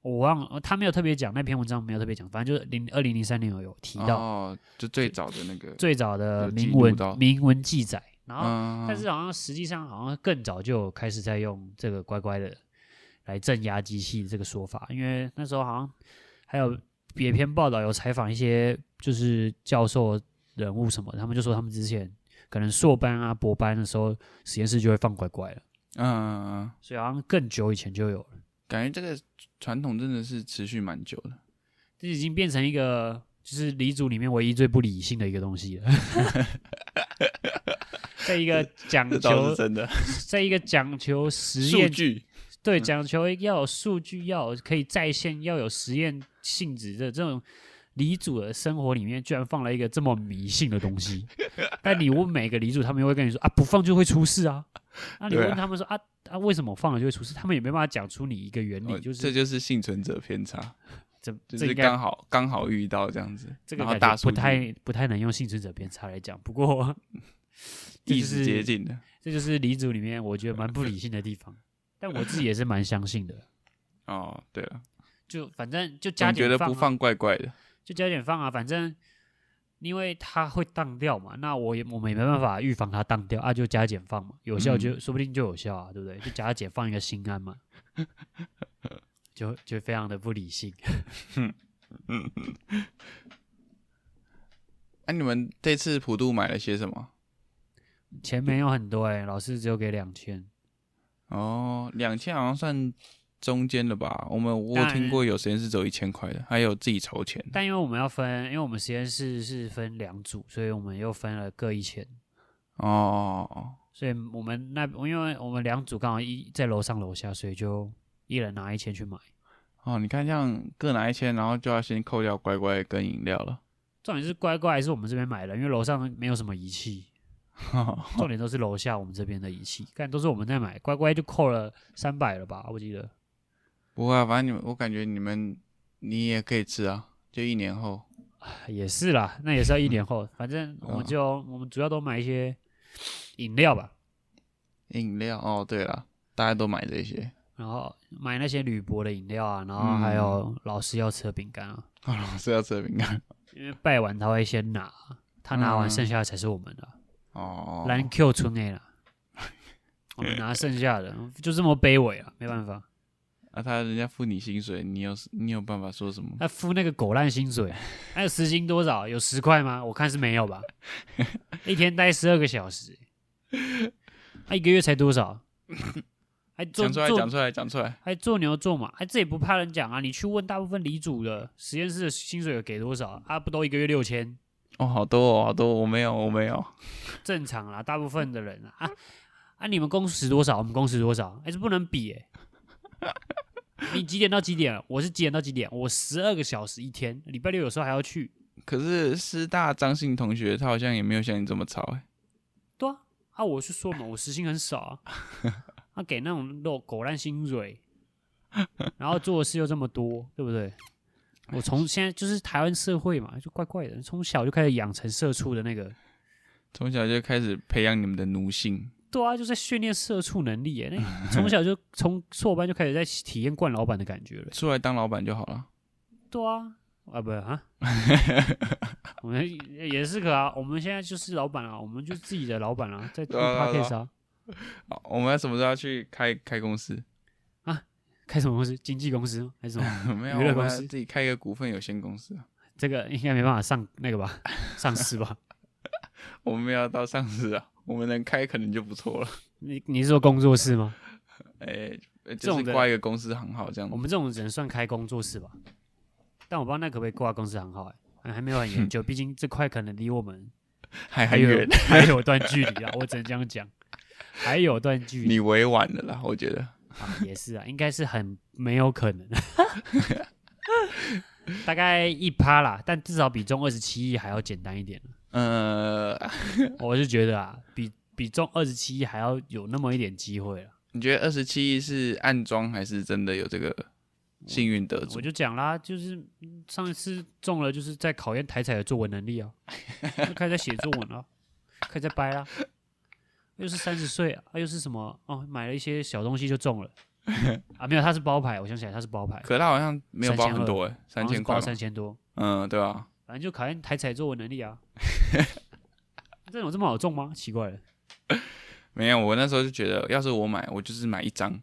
S2: 我忘了，他没有特别讲那篇文章，没有特别讲，反正就是零二零零三年有有提到
S1: 哦，就最早的那个，
S2: 最早的
S1: 有记
S2: 明
S1: 录
S2: 文
S1: 到
S2: 明文记载，然后、
S1: 嗯，
S2: 但是好像实际上好像更早就有开始在用这个乖乖的来镇压机器这个说法，因为那时候好像还有别篇报道有采访一些就是教授人物什么的，他们就说他们之前可能硕班啊博班的时候实验室就会放乖乖了，
S1: 嗯嗯，嗯
S2: 所以好像更久以前就有了。
S1: 感觉这个传统真的是持续蛮久的。
S2: 这已经变成一个就是黎族里面唯一最不理性的一个东西了， <laughs> 在一个讲求，
S1: 真的，
S2: 在一个讲求实
S1: 数
S2: 验，
S1: 据嗯
S2: 对，讲求要有数据，要有可以在线，要有实验性质的这种。黎主的生活里面居然放了一个这么迷信的
S1: <laughs>
S2: 东西，但你问每个黎主，他们又会跟你说啊，不放就会出事啊。那、你
S1: 对
S2: 问
S1: 啊
S2: 他们说啊啊，为什么放了就会出事？他们也没办法讲出你一个原理，
S1: 哦
S2: 就是
S1: 这就是幸存者偏差，
S2: 这
S1: 就
S2: 这
S1: 是
S2: 应该
S1: 刚好刚好遇到这样子，
S2: 这个
S1: 然后
S2: 感
S1: 大
S2: 觉
S1: 数
S2: 不
S1: 据
S2: 太不太能用幸存者偏差来讲，不过 <laughs> 这
S1: 意
S2: 就
S1: 识
S2: 是
S1: 接近的
S2: 这就是黎族里面我觉得蛮不理性的地方，但我自己也是蛮相信的。
S1: 哦。对了，
S2: 就反正就加
S1: 总
S2: 点
S1: 觉
S2: 放、
S1: 得
S2: 啊，
S1: 不放怪怪的，
S2: 就加点放啊，反正因为它会荡掉嘛，那我也我们也没办法预防它荡掉啊，就加减放嘛，有效就、说不定就有效啊，对不对？就加减放一个心安嘛，就就非常的不理性。
S1: 哎、你们这次普渡买了些什么？
S2: 钱没有很多哎、老师只有给两千，
S1: 哦，两千好像算中间了吧？我们我
S2: 当
S1: 有
S2: 然
S1: 听过有实验室只有一千块的，还有自己筹钱的。
S2: 但因为我们要分，因为我们实验室是分两组，所以我们又分了各一千，
S1: 哦哦哦，
S2: 所以我们那因为我们两组刚好一在楼上楼下，所以就一人拿一千去买。
S1: 哦，哦你看像各拿一千，然后就要先扣掉乖乖跟饮料了。 <laughs>
S2: 重点是乖乖还是我们这边买的，因为楼上没有什么仪器，重点都是楼下我们这边的仪器，但都是我们在买。乖乖就扣了三百了吧，我记得。
S1: 不会啊，反正你们，我感觉你们你也可以吃啊，就一年后。
S2: 也是啦，那也是要一年后，反正我
S1: 嗯
S2: 们就、我们主要都买一些饮料吧，
S1: 饮料哦，对了，大家都买这些。 <laughs>
S2: 然后买那些铝箔的饮料啊，然后还有
S1: 嗯
S2: 老师要吃的饼干啊。
S1: 哦，老师要吃的饼干。
S2: 因为拜完他会先拿，他拿完
S1: 嗯
S2: 剩下的才是我们的。
S1: 哦，
S2: 蓝 Q 村
S1: <laughs>
S2: A 啦，我们拿剩下的，就这么卑微啊，没办法。
S1: 啊，他人家付你薪水，你有你有办法说什么？
S2: 他付那个狗烂薪水， <laughs> 那个时薪多少？有十块吗？我看是没
S1: <laughs>
S2: 有吧。一天待十二个小时，他、一个月才多少？还做
S1: 讲出来，
S2: 做
S1: 讲出来，讲出来。
S2: 还做牛做马，哎，这也不怕人讲啊！你去问大部分离组的实验室的薪水有给多少啊？不都一个月六千？
S1: 哦，好多哦，好多哦，我没有，我没有。
S2: 正常啦，大部分的人啊啊啊你们工时多少？我们工时多少？哎、这不能比
S1: <laughs>
S2: 哎、你几点到几点？我是几点到几点？我十二个小时一天，礼拜六有时候还要去。
S1: 可是师大张姓同学，他好像也没有像你这么吵哎、
S2: 对啊，啊我是说嘛，我时薪很少
S1: <laughs>
S2: 啊，啊给那种肉狗烂薪水，然后做的事又这么多，对不对？我从现在就是台湾社会嘛，就怪怪的，从小就开始养成社畜的那个。
S1: 从小就开始培养你们的奴性，
S2: 对啊，就在训练社畜能力耶。
S1: <laughs>
S2: 那从小就从硕班就开始在体验惯老板的感觉了。
S1: 出来当老板就好了。
S2: 对啊，啊不
S1: <laughs>
S2: 啊，我们也是个啊，我们现在就是老板啊，我们就自己的老板啊，在
S1: 对
S2: 做
S1: 啊
S2: p
S1: 对
S2: o
S1: 啊
S2: d 啊，
S1: 好哦我们要什么时候要去开开公司？ <laughs>
S2: 开什么公司？经纪公司吗还是什么？
S1: 没有，
S2: 娱乐
S1: 我
S2: 公
S1: 们要
S2: 司
S1: 自己开一个股份有限公司啊。
S2: 这个应该没办法上那个 <laughs> 吧，上市吧？
S1: 我们没有到上市啊， <laughs> 我们能开可能就不错了。 <laughs>
S2: 你你是说工作室吗？
S1: 哎、呃
S2: 这
S1: 就
S2: 种
S1: 是
S2: 的
S1: 挂一个公司行号这样
S2: 我。们这种只能算开工作室吧？但我不知道那可不可以挂公司行号、欸，还还没有很研 <laughs> 究，毕竟这块可能离我们
S1: 还
S2: 还
S1: 很
S2: 有
S1: 远，
S2: <laughs> 还有段距离啊，我只能这样讲，还有段距离
S1: 你委婉了啦，我觉得。
S2: 啊，也是啊，应该是很没有可 <laughs> 能，大概一趴啦，但至少比中二十七亿还要简单一点。
S1: 呃，
S2: 我是觉得啊，比比中二十七亿还要有那么一点机会啊了。
S1: 你觉得二十七亿是暗装还是真的有这个幸运得主
S2: 我？就讲啦，就是嗯上一次中了，就是在考验台彩的作文能力啊，就开始在写作文了， <laughs> 开始在掰啦。又是三十岁啊，又是什么哦？买了一些小东西就中
S1: <laughs>
S2: 了啊？没有，他是包牌，我想起来他是包牌，
S1: 可他好像没有包很多哎、
S2: 好
S1: 三
S2: 像是
S1: 千块
S2: 包
S1: 嘛。
S2: 三千多，
S1: 嗯，对啊，
S2: 反正就考验台彩作文
S1: <laughs>
S2: 能力啊。这种这么好中吗？奇怪了，
S1: 没有，我那时候就觉得，要是我买，我就是买一张，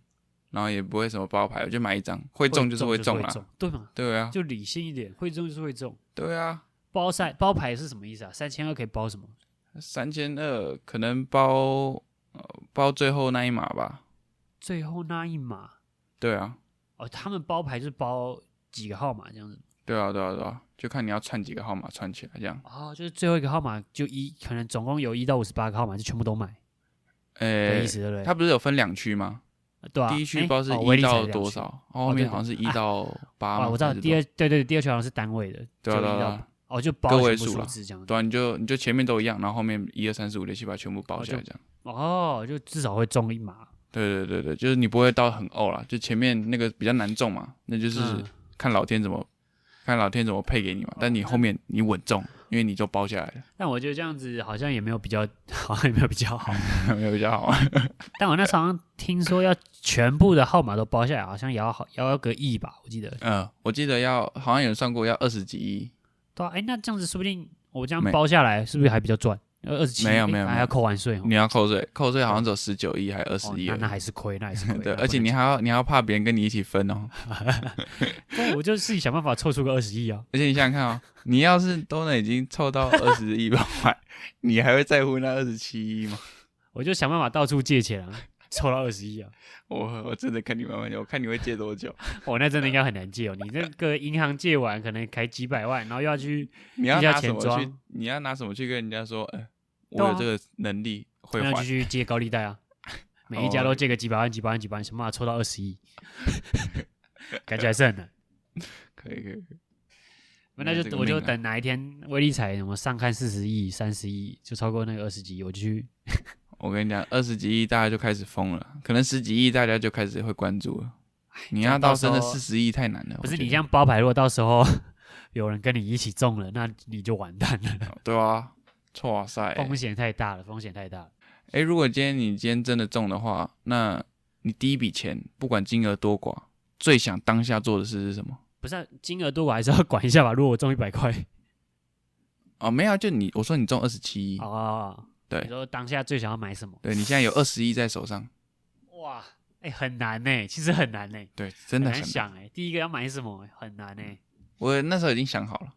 S1: 然后也不会什么包牌，我就买一张，会
S2: 会
S1: 中就是
S2: 会
S1: 中啦。
S2: 中对嘛？
S1: 对啊，
S2: 就理性一点，会中就是会中。
S1: 对啊，
S2: 包赛包牌是什么意思啊？三千二可以包什么？
S1: 三千二可能包、呃、包最后那一码吧。
S2: 最后那一码
S1: 对啊，
S2: 哦，他们包牌就是包几个号码这样子
S1: 对啊，对啊，对啊，就看你要串几个号码串起来这样。
S2: 哦，就是最后一个号码就一，可能总共有一到五十八个号码就全部都买的
S1: 诶、
S2: 意思，对不对？
S1: 它不是有分两区吗？
S2: 呃对啊，
S1: 第一区
S2: 诶
S1: 包是
S2: 哦威
S1: 一
S2: 力才
S1: 到
S2: 两
S1: 多
S2: 区哦
S1: 少？后面
S2: 对
S1: 好像是
S2: 对
S1: 一到八嘛、
S2: 啊？我知道
S1: 还是
S2: 第
S1: 多
S2: 二，对对，第二圈好像是单位的，
S1: 对
S2: 就
S1: 啊
S2: 一
S1: 对啊
S2: 到
S1: 对啊，
S2: 哦，就包
S1: 个
S2: 全
S1: 位
S2: 部
S1: 数
S2: 数
S1: 啦
S2: 字这样子
S1: 对啊，你就你就前面都一样，然后后面一二三四五六七八全部包起来这样。
S2: 哦，就至少会中一码，
S1: 对对对对，就是你不会到很呕啦，就前面那个比较难中嘛，那就是
S2: 嗯
S1: 看老天怎么、看老天怎么配给你嘛。但你
S2: 哦
S1: 后面你稳中，因为你就包下来
S2: 但我觉得这样子好像也没有比较， <laughs> 好像也没有比较
S1: <laughs>
S2: 好。
S1: 了，没有比较好啊。
S2: 但我那时候好像听说要全部的号码都包下来，好像也要好也要个亿吧，我记得。
S1: 嗯，我记得要好像有人算过要二十几亿，
S2: 对啊，哎，那这样子说不定我这样
S1: 没
S2: 包下来是不是还比较赚？呃二十七
S1: 没有没有
S2: 还
S1: 没
S2: 要
S1: 有
S2: 扣完税哦。
S1: 你要扣税，扣税好像只有十九亿还是二十
S2: 哦
S1: 亿
S2: 那
S1: 而
S2: 那
S1: 已。
S2: 还啊是亏，那
S1: <laughs>
S2: 还是亏。
S1: 对，
S2: 那
S1: 而且你还要你还要怕别人跟你一起分哦，
S2: 不能，我就自己想办法凑出个二十亿啊！
S1: 而且你想想看哦，你要是都能已经凑到二十亿吧， <laughs> 你还会在乎那二十七亿吗？
S2: 我就想办法到处借钱啊，凑到二十亿啊！
S1: 我 <laughs> 我真的看你慢慢借，我看你会借多久。
S2: 我、那真的应该很难借哦，你这个银行借完可能才几百万，然后又要去，
S1: 你要
S2: 要
S1: 拿
S2: 钱
S1: 什么去
S2: 庄？
S1: 你要拿什么去跟人家说？呃，
S2: 对
S1: 我
S2: 啊
S1: 有这个能力会
S2: 那就
S1: 还。
S2: 去借高利贷啊，每一家
S1: 哦
S2: 都借个几百万、几百万、几百万，想办法凑到二十
S1: <laughs>
S2: 亿，感觉还是很难。
S1: 可以可以，可以
S2: 那
S1: 这
S2: 就
S1: 个
S2: 我就
S1: 命啊
S2: 等哪一天威力彩什么上看四十亿、三十亿，就超过那个二十几亿，我就去。
S1: 我跟你讲，二十几亿大家就开始疯了，可能十几亿大家就开始会关注了。你
S2: 这
S1: 要
S2: 样到
S1: 到
S2: 时
S1: 真
S2: 候
S1: 的四十亿太难了。
S2: 不是
S1: 我觉得
S2: 你这样包牌，如果到时候 <laughs> 有人跟你一起中了，那你就完蛋了。
S1: 对啊，哇塞！
S2: <laughs> 风险太大了，风险太大了。
S1: 哎，如果今天你今天真的中的话，那你第一笔钱不管金额多寡，最想当下做的事是什么？
S2: 不是、啊、金额多，我还是要管一下吧。如果我中一百块
S1: 嗯哦，没有啊，就你我说你中二十七亿，
S2: 哦，
S1: 对
S2: 你说当下最想要买什么？
S1: 对你现在有二十亿在手上，
S2: 哇，哎、很难呢、其实很难呢、
S1: 对，真的很难嗯
S2: 很难想哎、第一个要买什么很难呢、
S1: 我那时候已经想好了，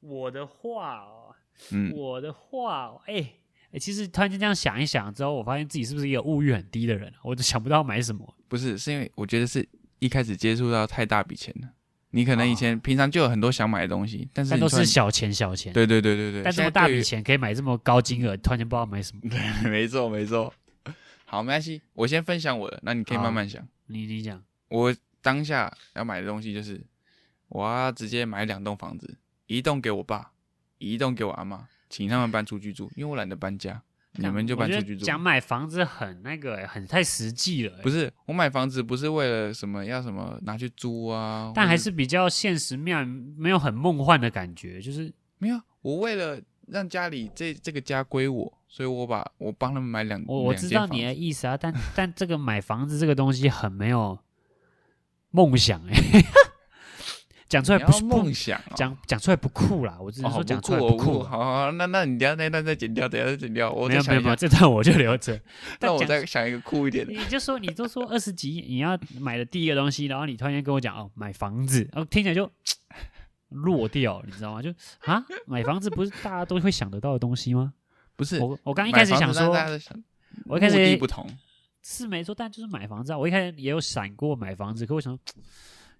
S2: 我的话哦，
S1: 嗯，
S2: 我的话哦，哎、哎其实突然间这样想一想之后，我发现自己是不是一个物欲很低的人啊？我都想不到买什么。
S1: 不是，是因为我觉得是一开始接触到太大笔钱了。你可能以前平常就有很多想买的东西，但是
S2: 哦但
S1: 你
S2: 都
S1: 突
S2: 是
S1: 然
S2: 小钱小钱。
S1: 对对对对对，
S2: 但这
S1: 现
S2: 么
S1: 在
S2: 大
S1: 对
S2: 笔
S1: 于，
S2: 钱可以买这么高金额，突然间不知道
S1: <laughs>
S2: 买什么。
S1: 没错没错。好，没关系，我先分享我的，那你可以
S2: 好
S1: 慢慢想。
S2: 你你讲，
S1: 我当下要买的东西就是，我要直接买两栋房子，一栋给我爸，一栋给我阿妈，请他们搬出去住，因为我懒得搬家。你们就搬出去住。
S2: 讲买房子很那个、欸，很太实际了、欸。
S1: 不是，我买房子不是为了什么要什么拿去租啊，
S2: 但还
S1: 或者
S2: 是比较现实面，没有很梦幻的感觉，就是
S1: 没有我为了让家里这这个家归我，所以我把我帮他们买两
S2: 我我
S1: 两
S2: 知
S1: 间
S2: 道
S1: 房
S2: 你的
S1: 子
S2: 意思啊，但但这个买房子这个东西很没有梦想哎、 <laughs> 讲出来
S1: 你
S2: 不
S1: 要
S2: 是不
S1: 梦想哦
S2: 讲讲出来不酷啦，我只
S1: 哦
S2: 能
S1: 好
S2: 说讲出来
S1: 酷哦
S2: 酷
S1: 酷。好好，好那那你等一下那段再剪掉，等一下再剪掉，我
S2: 没
S1: 再
S2: 有没
S1: 想
S2: 有
S1: 一
S2: 没
S1: 下
S2: 有，，这段我就留着。
S1: 那
S2: 但
S1: 我
S2: 讲
S1: 再想一个酷一点的。
S2: 你就说，你都说二十几，你要买的第一个东西，然后你突然间跟我讲哦，买房子，然后听起来就落掉，你知道吗？就啊，买房子不是大家都会想得到的东西吗？
S1: 不是，
S2: 我我刚一
S1: 买
S2: 开始
S1: 房
S2: 想
S1: 子让
S2: 说
S1: 大，家都想
S2: 我一开始
S1: 目的不同，
S2: 是没错，但就是买房子啊，我一开始也有闪过买房子，可我想说，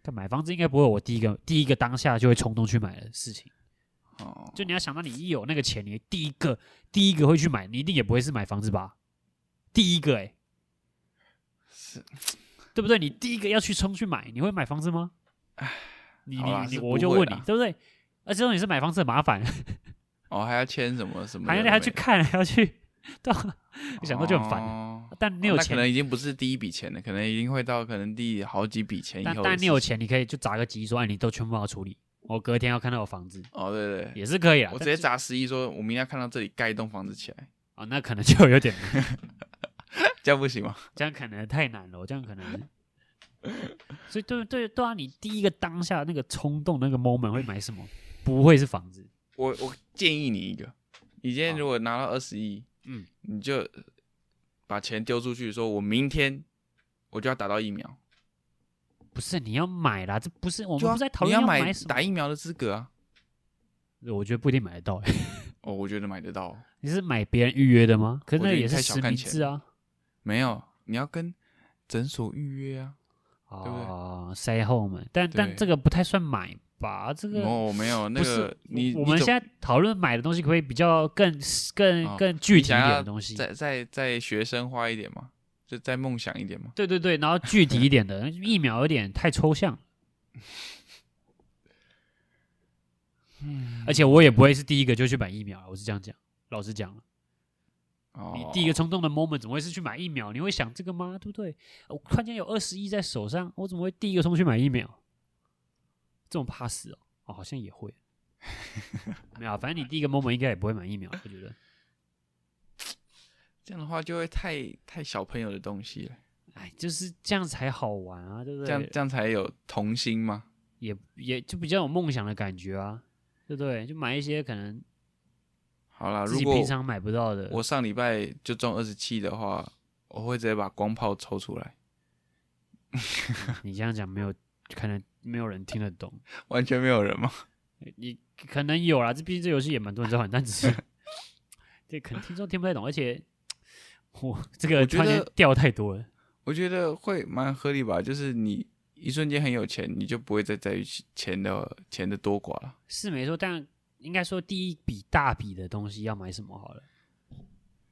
S2: 但买房子应该不会，我第一个第一个当下就会冲动去买的事情。
S1: 哦，
S2: 就你要想到你一有那个钱，你第一个第一个会去买，你一定也不会是买房子吧？第一个哎、
S1: 是
S2: 对不对？你第一个要去冲去买，你会买房子吗？你
S1: 好啦
S2: 你你，
S1: 是
S2: 我
S1: 不
S2: 就
S1: 会
S2: 问你
S1: 啦，
S2: 对不对？而且重点是买房子很麻烦，
S1: 哦还要签什么什么的，
S2: 还要还要去看，还要去，到 <laughs> 想到就很烦。
S1: 哦
S2: 但你
S1: 哦
S2: 有
S1: 那
S2: 钱
S1: 可，能已经不是第一笔钱了，可能已经会到可能第好几笔钱以
S2: 但
S1: 后。
S2: 但你有，钱，你可以就砸个几亿说，哎，你都全部要处理，我隔天要看到有房子
S1: 哦对对对，
S2: 也是可以啊。
S1: 我直
S2: 但
S1: 接
S2: 就
S1: 砸十亿，说我明天要看到这里盖一栋房子起来，
S2: 哦，那可能就有点， <laughs>
S1: 这样不行吗？
S2: 这样可能太难了，这样可能。所以对对对啊，你第一个当下那个冲动那个 moment 会买什么？不会是房子，
S1: <laughs> 我我建议你一个，你今天如果拿到二十亿，
S2: 嗯，
S1: 你就把钱丢出去，说我明天我就要打到疫苗，
S2: 不是你要买啦，这不是我们
S1: 对
S2: 不
S1: 啊
S2: 是在讨
S1: 你
S2: 论
S1: 要
S2: 买什么
S1: 打疫苗的资格啊。
S2: 我觉得不一定买得到、欸。
S1: 哦，我觉得买得到哦，
S2: 你是买别人预约的吗？可是
S1: 我
S2: 那
S1: 觉得
S2: 也
S1: 你
S2: 是
S1: 太小
S2: 实
S1: 看
S2: 名
S1: 钱
S2: 制啊。
S1: 没有，你要跟诊所预约啊。对不对
S2: 哦，塞后门，但但
S1: 对
S2: 这个不太算买吧？这个
S1: 哦，没有，那
S2: 不是
S1: 个你
S2: 我们现
S1: 在
S2: 在讨论买的东西，可不可以比较更更、
S1: 哦
S2: 更具体一
S1: 你
S2: 点
S1: 想
S2: 的
S1: 要
S2: 东西？
S1: 再再再学生化一点嘛，就再梦想一点嘛。
S2: 对对对，然后具体一点
S1: <laughs>
S2: 的疫苗有点太抽象。嗯，而且我也不会是第一个就去买疫苗，我是这样讲。老实讲，
S1: 哦，
S2: 你第一个冲动的 moment 怎么会是去买疫苗？你会想这个吗？对不对？我突然间有二十亿在手上，我怎么会第一个冲去买疫苗？这种怕死哦，哦，好像也
S1: <laughs>
S2: 会。没有啊，反正你第一个 moment 应该也不会买疫苗，我觉得。
S1: 这样的话就会太太小朋友的东西了，
S2: 哎，就是这样才好玩啊，对不对？
S1: 这样这样才有童心嘛。
S2: 也也就比较有梦想的感觉啊，对不对？就买一些可能
S1: 好啦，
S2: 自
S1: 啊如
S2: 己
S1: 果
S2: 平常买不到的。
S1: 我上礼拜就中二十七的话，我会直接把光炮抽出来， <laughs>
S2: 你这样讲没有，可能没有人听得懂。
S1: 完全没有人嘛。
S2: 你可能有啦，这毕竟这游戏也蛮多人在玩，但
S1: <laughs>
S2: 只是这可能听众听不太懂，而且我这个
S1: 我觉
S2: 突然
S1: 得
S2: 间掉太多了。
S1: <laughs> 我觉得会蛮合理吧，就是你一瞬间很有钱，你就不会再在意钱的钱的多寡了。
S2: 是没错，但应该说第一笔大笔的东西要买什么好了，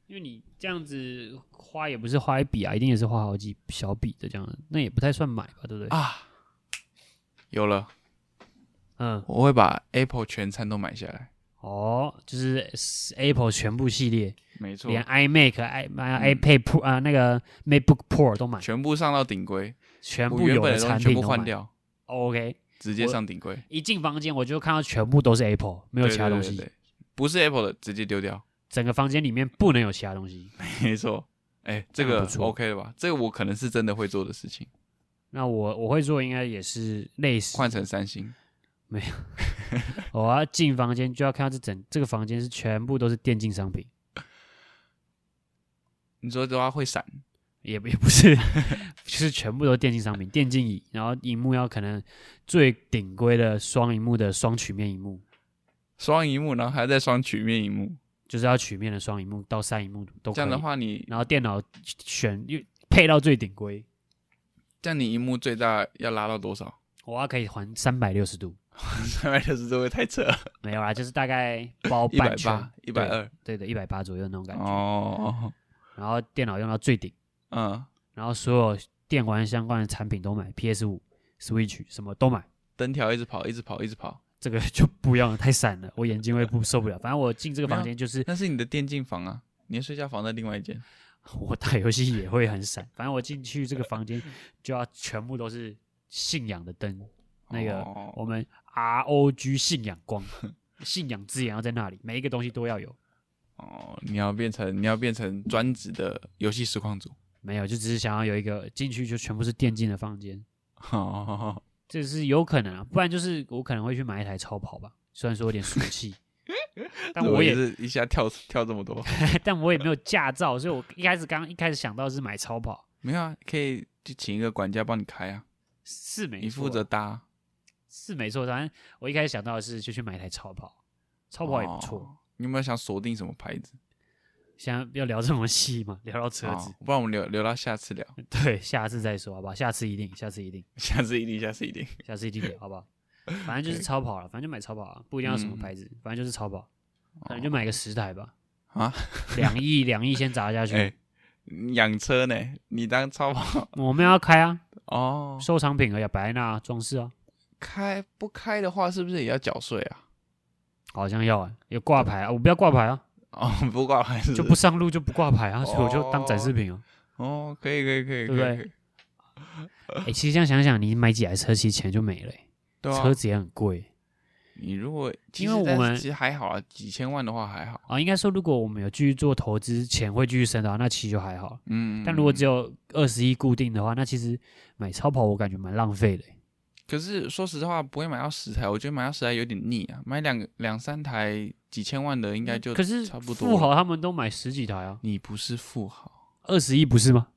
S2: 因为你这样子花也不是花一笔啊，一定也是花好几小笔的这样，那也不太算买吧，对不对？
S1: 啊，有了，
S2: 嗯，
S1: 我会把 Apple 全餐都买下来。
S2: 哦，就是 Apple 全部系列，
S1: 没错，嗯
S2: 连 iMac、i、i iPad Pro 啊、那个 MacBook Pro 都买，
S1: 全部上到顶规，
S2: 全
S1: 我
S2: 部
S1: 原
S2: 有
S1: 本
S2: 的
S1: 的东
S2: 产
S1: 西全
S2: 品
S1: 部
S2: 都
S1: 换
S2: 买。
S1: 掉，
S2: OK，
S1: 直接
S2: 我
S1: 上顶规，
S2: 一进房间我就看到全部都是 Apple，没有
S1: 对
S2: 其
S1: 对
S2: 他东
S1: 对
S2: 西。
S1: 对不是 Apple 的直接丢掉。
S2: 整个房间里面不能有其他东西。
S1: <laughs> 没错，哎，这
S2: 那
S1: 个
S2: 不错
S1: OK 了吧？这个我可能是真的会做的事情，
S2: 那我我会做应该也是类似，
S1: 换成三星。
S2: 我要进房间就要看到这整这个房间是全部都是电竞商品，
S1: 你说的话会闪，
S2: 也不也不
S1: <laughs>
S2: 是，就是全部都是电竞商品，电竞椅，然后荧幕要可能最顶规的双荧幕的双曲面荧幕，
S1: 双荧幕，然后还在双曲面荧幕，
S2: 就是要曲面的双荧幕到三荧幕都
S1: 这样
S2: 可
S1: 的
S2: 以。
S1: 话你
S2: 然后电脑选又配到最顶规，
S1: 这样你荧幕最大要拉到多
S2: <laughs>
S1: 少？
S2: 我要可以环三百六十度，
S1: 三百六十度会太扯，
S2: 没有啦，就是大概包
S1: 一百
S2: 半圈
S1: 八，、一百二。
S2: 对的，一百八左右那种感觉。
S1: 哦，
S2: 然后电脑用到最顶，
S1: 嗯，
S2: 然后所有电玩相关的产品都买，PS 五、Switch 什么都买。
S1: 灯条一直跑，一直跑，一直跑，
S2: 这个就不一样了，太闪了，我眼睛会不受不了。反正我进这个房间就是
S1: 那是你的电竞房啊，你的睡觉房在另外一间，
S2: 我打游戏也会很闪，反正我进去这个房间就要全部都是信仰的灯，那个
S1: 哦
S2: 我们 R O G 信仰光， <laughs> 信仰字眼要在那里，每一个东西都要有。
S1: 哦，你要变成你要变成专职的游戏实况组。 <laughs>
S2: 没有，就只是想要有一个进去就全部是电竞的房间，
S1: 哦，
S2: 这是有可能啊，不然就是我可能会去买一台超跑吧，虽然说有点俗气，但
S1: 这
S2: 我也
S1: 是一下跳跳这么多，
S2: 但我也没有驾照，所以我一开始刚一开始想到是买超跑，
S1: 没有啊，可以就请一个管家帮你开啊，
S2: 是没错，
S1: 你负责搭啊，
S2: 是没错，反正我一开始想到的是就去买一台超跑，超跑也不错。
S1: 哦你有没有想锁定什么牌子？
S2: 现在要聊这么细嘛，聊到车子
S1: 哦，不然我们留留到下次聊，
S2: 对，下次再说好不好？下次一 <laughs> 定，下次一定，
S1: 下次一定，下次一定。
S2: 下次一定聊好不好？反正就是超跑了，反正就买超跑啊，不一定要什么牌子，反正就是超跑，可能就买个十台吧，
S1: 嗯哦啊，
S2: 两亿两亿
S1: <laughs>
S2: 先砸下去。
S1: 哎，你 <laughs> 养车呢？你当超跑 <laughs>
S2: 我们要开啊，
S1: 哦？
S2: 收藏品而已啊，摆在那啊装饰啊，
S1: 开不开的话，是不是也要缴税啊？
S2: 好像要啊，有挂牌啊，我不要挂牌啊，
S1: 哦， <laughs> 不挂牌是哦
S2: 就
S1: 不
S2: 不
S1: 是
S2: 上路就不挂牌啊，所以我就当展示品啊。
S1: 哦，可以可以可以，
S2: 对
S1: 可
S2: 不
S1: 以
S2: 对
S1: 可以
S2: 哎、其实这样想想，你买几台车，其实钱就没了欸、
S1: 对啊
S2: 车。子也很贵
S1: 你如果其
S2: 因
S1: 实
S2: 为我
S1: 但是
S2: 们
S1: 其实还好啊，几千万的话还好。
S2: 啊。应该说，如果我们有继续做投资，钱会继续升的话，那其实就还好。
S1: 嗯，
S2: 但如果只
S1: 有，
S2: 有二十一固定的话，那其实买超跑我感觉蛮浪费的欸、
S1: 可是说实话，不会买到十台，我觉得买到十台有点腻啊。买两个两三台几千万的，应该就
S2: 可是
S1: 差不
S2: 富
S1: 多了。
S2: 豪他们都买十几台啊，
S1: 你不是富豪，
S2: 二十一不是吗？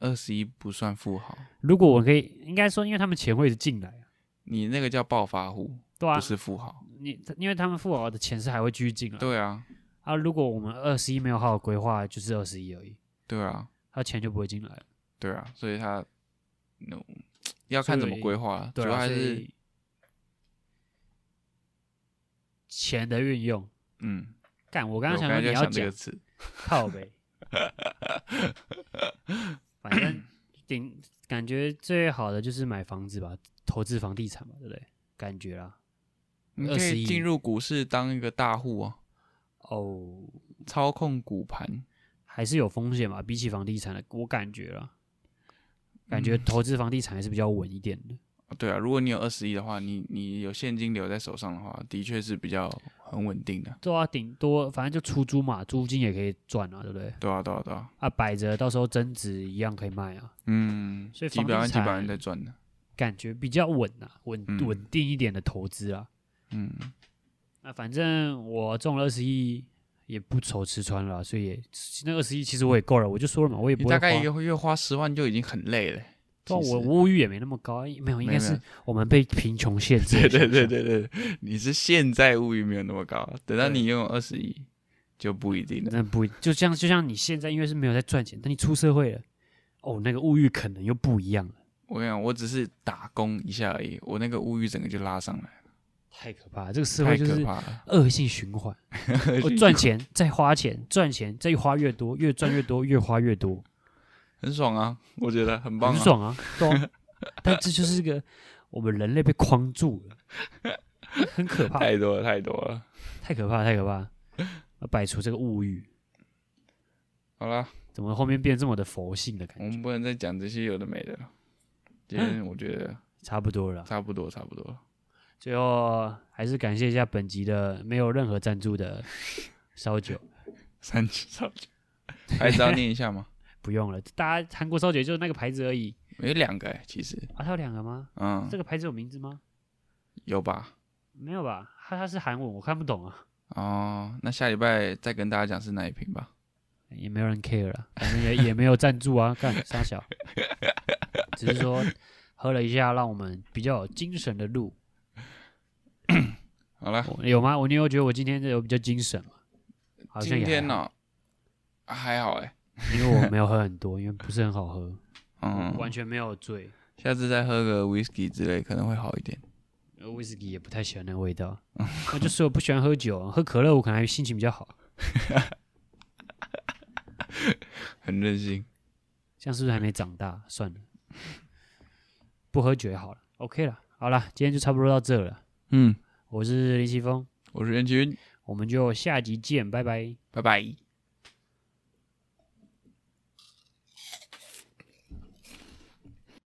S1: 二十一不算富豪，
S2: 如果我可以，应该说，因为他们钱会一直进来啊，
S1: 你那个叫暴发户，
S2: 对啊
S1: 不，是富豪。
S2: 你因为他们富豪的钱是还会继续进来
S1: 对啊，
S2: 啊。如果我们二十一没有好好规划，就是二十一而已，
S1: 对啊，
S2: 他钱就不会进来了。
S1: 对啊，所以他，嗯，要看怎么
S2: 所以
S1: 规划了，主
S2: 对
S1: 要
S2: 啊，
S1: 还
S2: 所
S1: 是
S2: 以钱的运用。
S1: 嗯，
S2: 干，我
S1: 我
S2: 刚刚想说
S1: 刚才就
S2: 你要
S1: 想这
S2: 讲
S1: 个词，<laughs>
S2: 靠呗，反正顶感觉最好的就是买房子吧，投资房地产嘛，对不对？感觉啦，
S1: 你可以
S2: 21
S1: 进入股市当一个大户啊，
S2: 哦，
S1: 操控股盘。
S2: 还是有风险嘛，比起房地产的，我感觉啦，感
S1: 嗯
S2: 觉投资房地产还是比较稳一点的。
S1: 对啊，如果你有二十亿的话，你你有现金流在手上的话，的确是比较很稳定的。
S2: 对啊，顶多反正就出租嘛，租金也可以赚啊，对不对？
S1: 对啊，对啊，对啊，
S2: 啊，摆着到时候增值一样可以卖啊，
S1: 嗯，
S2: 所以
S1: 几
S2: 房地
S1: 百万、几
S2: 产
S1: 百万在赚的，
S2: 感觉比较稳啊，稳
S1: 嗯
S2: 稳定一点的投资啊。
S1: 嗯，
S2: 那反正我中了二十亿也不愁吃穿了啊，所以也那二十亿其实我也够了，我就说了嘛，我也
S1: 你
S2: 不会
S1: 大概
S2: 花
S1: 一个月花十万就已经很累了。
S2: 对啊
S1: 其
S2: 我
S1: 实
S2: 物欲也没那么高啊，没有，
S1: 没
S2: 应该
S1: 有没
S2: 是
S1: 有
S2: 我们被贫穷限制。
S1: <laughs> 对对对，对对，你是现在物欲没有那么高，等到
S2: 对
S1: 你拥有二十亿就不一定了。
S2: 那不就像就像你现在因为是没有在赚钱，等你出社会了，哦，那个物欲可能又不一样了，
S1: 我跟你讲，我只是打工一下而已，我那个物欲整个就拉上来，
S2: 太可怕了，这个社
S1: 太
S2: 会就
S1: 可
S2: 是
S1: 怕了。
S2: 恶性循环，
S1: <laughs>
S2: 我赚钱再花钱，赚钱再花越多，越赚越多，越花越多。
S1: 很爽啊，我觉得很棒、啊，
S2: 很爽啊，对啊但这就是一个我们人类被框住了，很可怕，
S1: 太多了，太多了。
S2: 太可怕，太可怕！要摆除这个物欲，
S1: 好啦，
S2: 怎么后面变这么的佛性的感
S1: 我
S2: 觉？
S1: 们不能再讲这些有的没的了。今天我觉得
S2: 差不多了啊，
S1: 差不多，差不多了。
S2: 最后还是感谢一下本集的没有任何赞助的烧酒，
S1: 三级烧酒，还是要念一下吗？
S2: 不用了，大家韩国烧酒就是那个牌子而已
S1: 有两个、欸、其实，
S2: 啊，它有两个吗？
S1: 嗯
S2: 这，个牌子有名字吗？
S1: 有吧？
S2: 没有吧？它它是韩文，我看不懂啊，
S1: 哦，那下礼拜再跟大家讲是哪一瓶吧。
S2: 也没有人 care 了，反正也也没有赞助啊，干
S1: <laughs>
S2: 傻小，只是说喝了一下，让我们比较有精神的路，
S1: 好了，
S2: 我有吗？我你有觉得我今天有比较精神吗？好像
S1: 今
S2: 也还
S1: 天哦
S2: 好
S1: 呢、还好哎、
S2: 因为我没有喝很多，因为不是很好喝，完
S1: <laughs> 嗯，
S2: 全没有醉，
S1: 下次再喝个 whisky 之类可能会好一点。
S2: 呃威士忌也不太喜欢那个
S1: <laughs>
S2: 味道。我就说我不喜欢喝酒，喝可乐我可能还心情比较好，
S1: 很任性，
S2: 这样是不是还没长大？算了，不喝酒也好了，OK 了，好了，今天就差不多到这了。
S1: 嗯，
S2: 我是林奇峰，
S1: 我是任君，
S2: 我们就下集见，拜拜。
S1: 拜拜。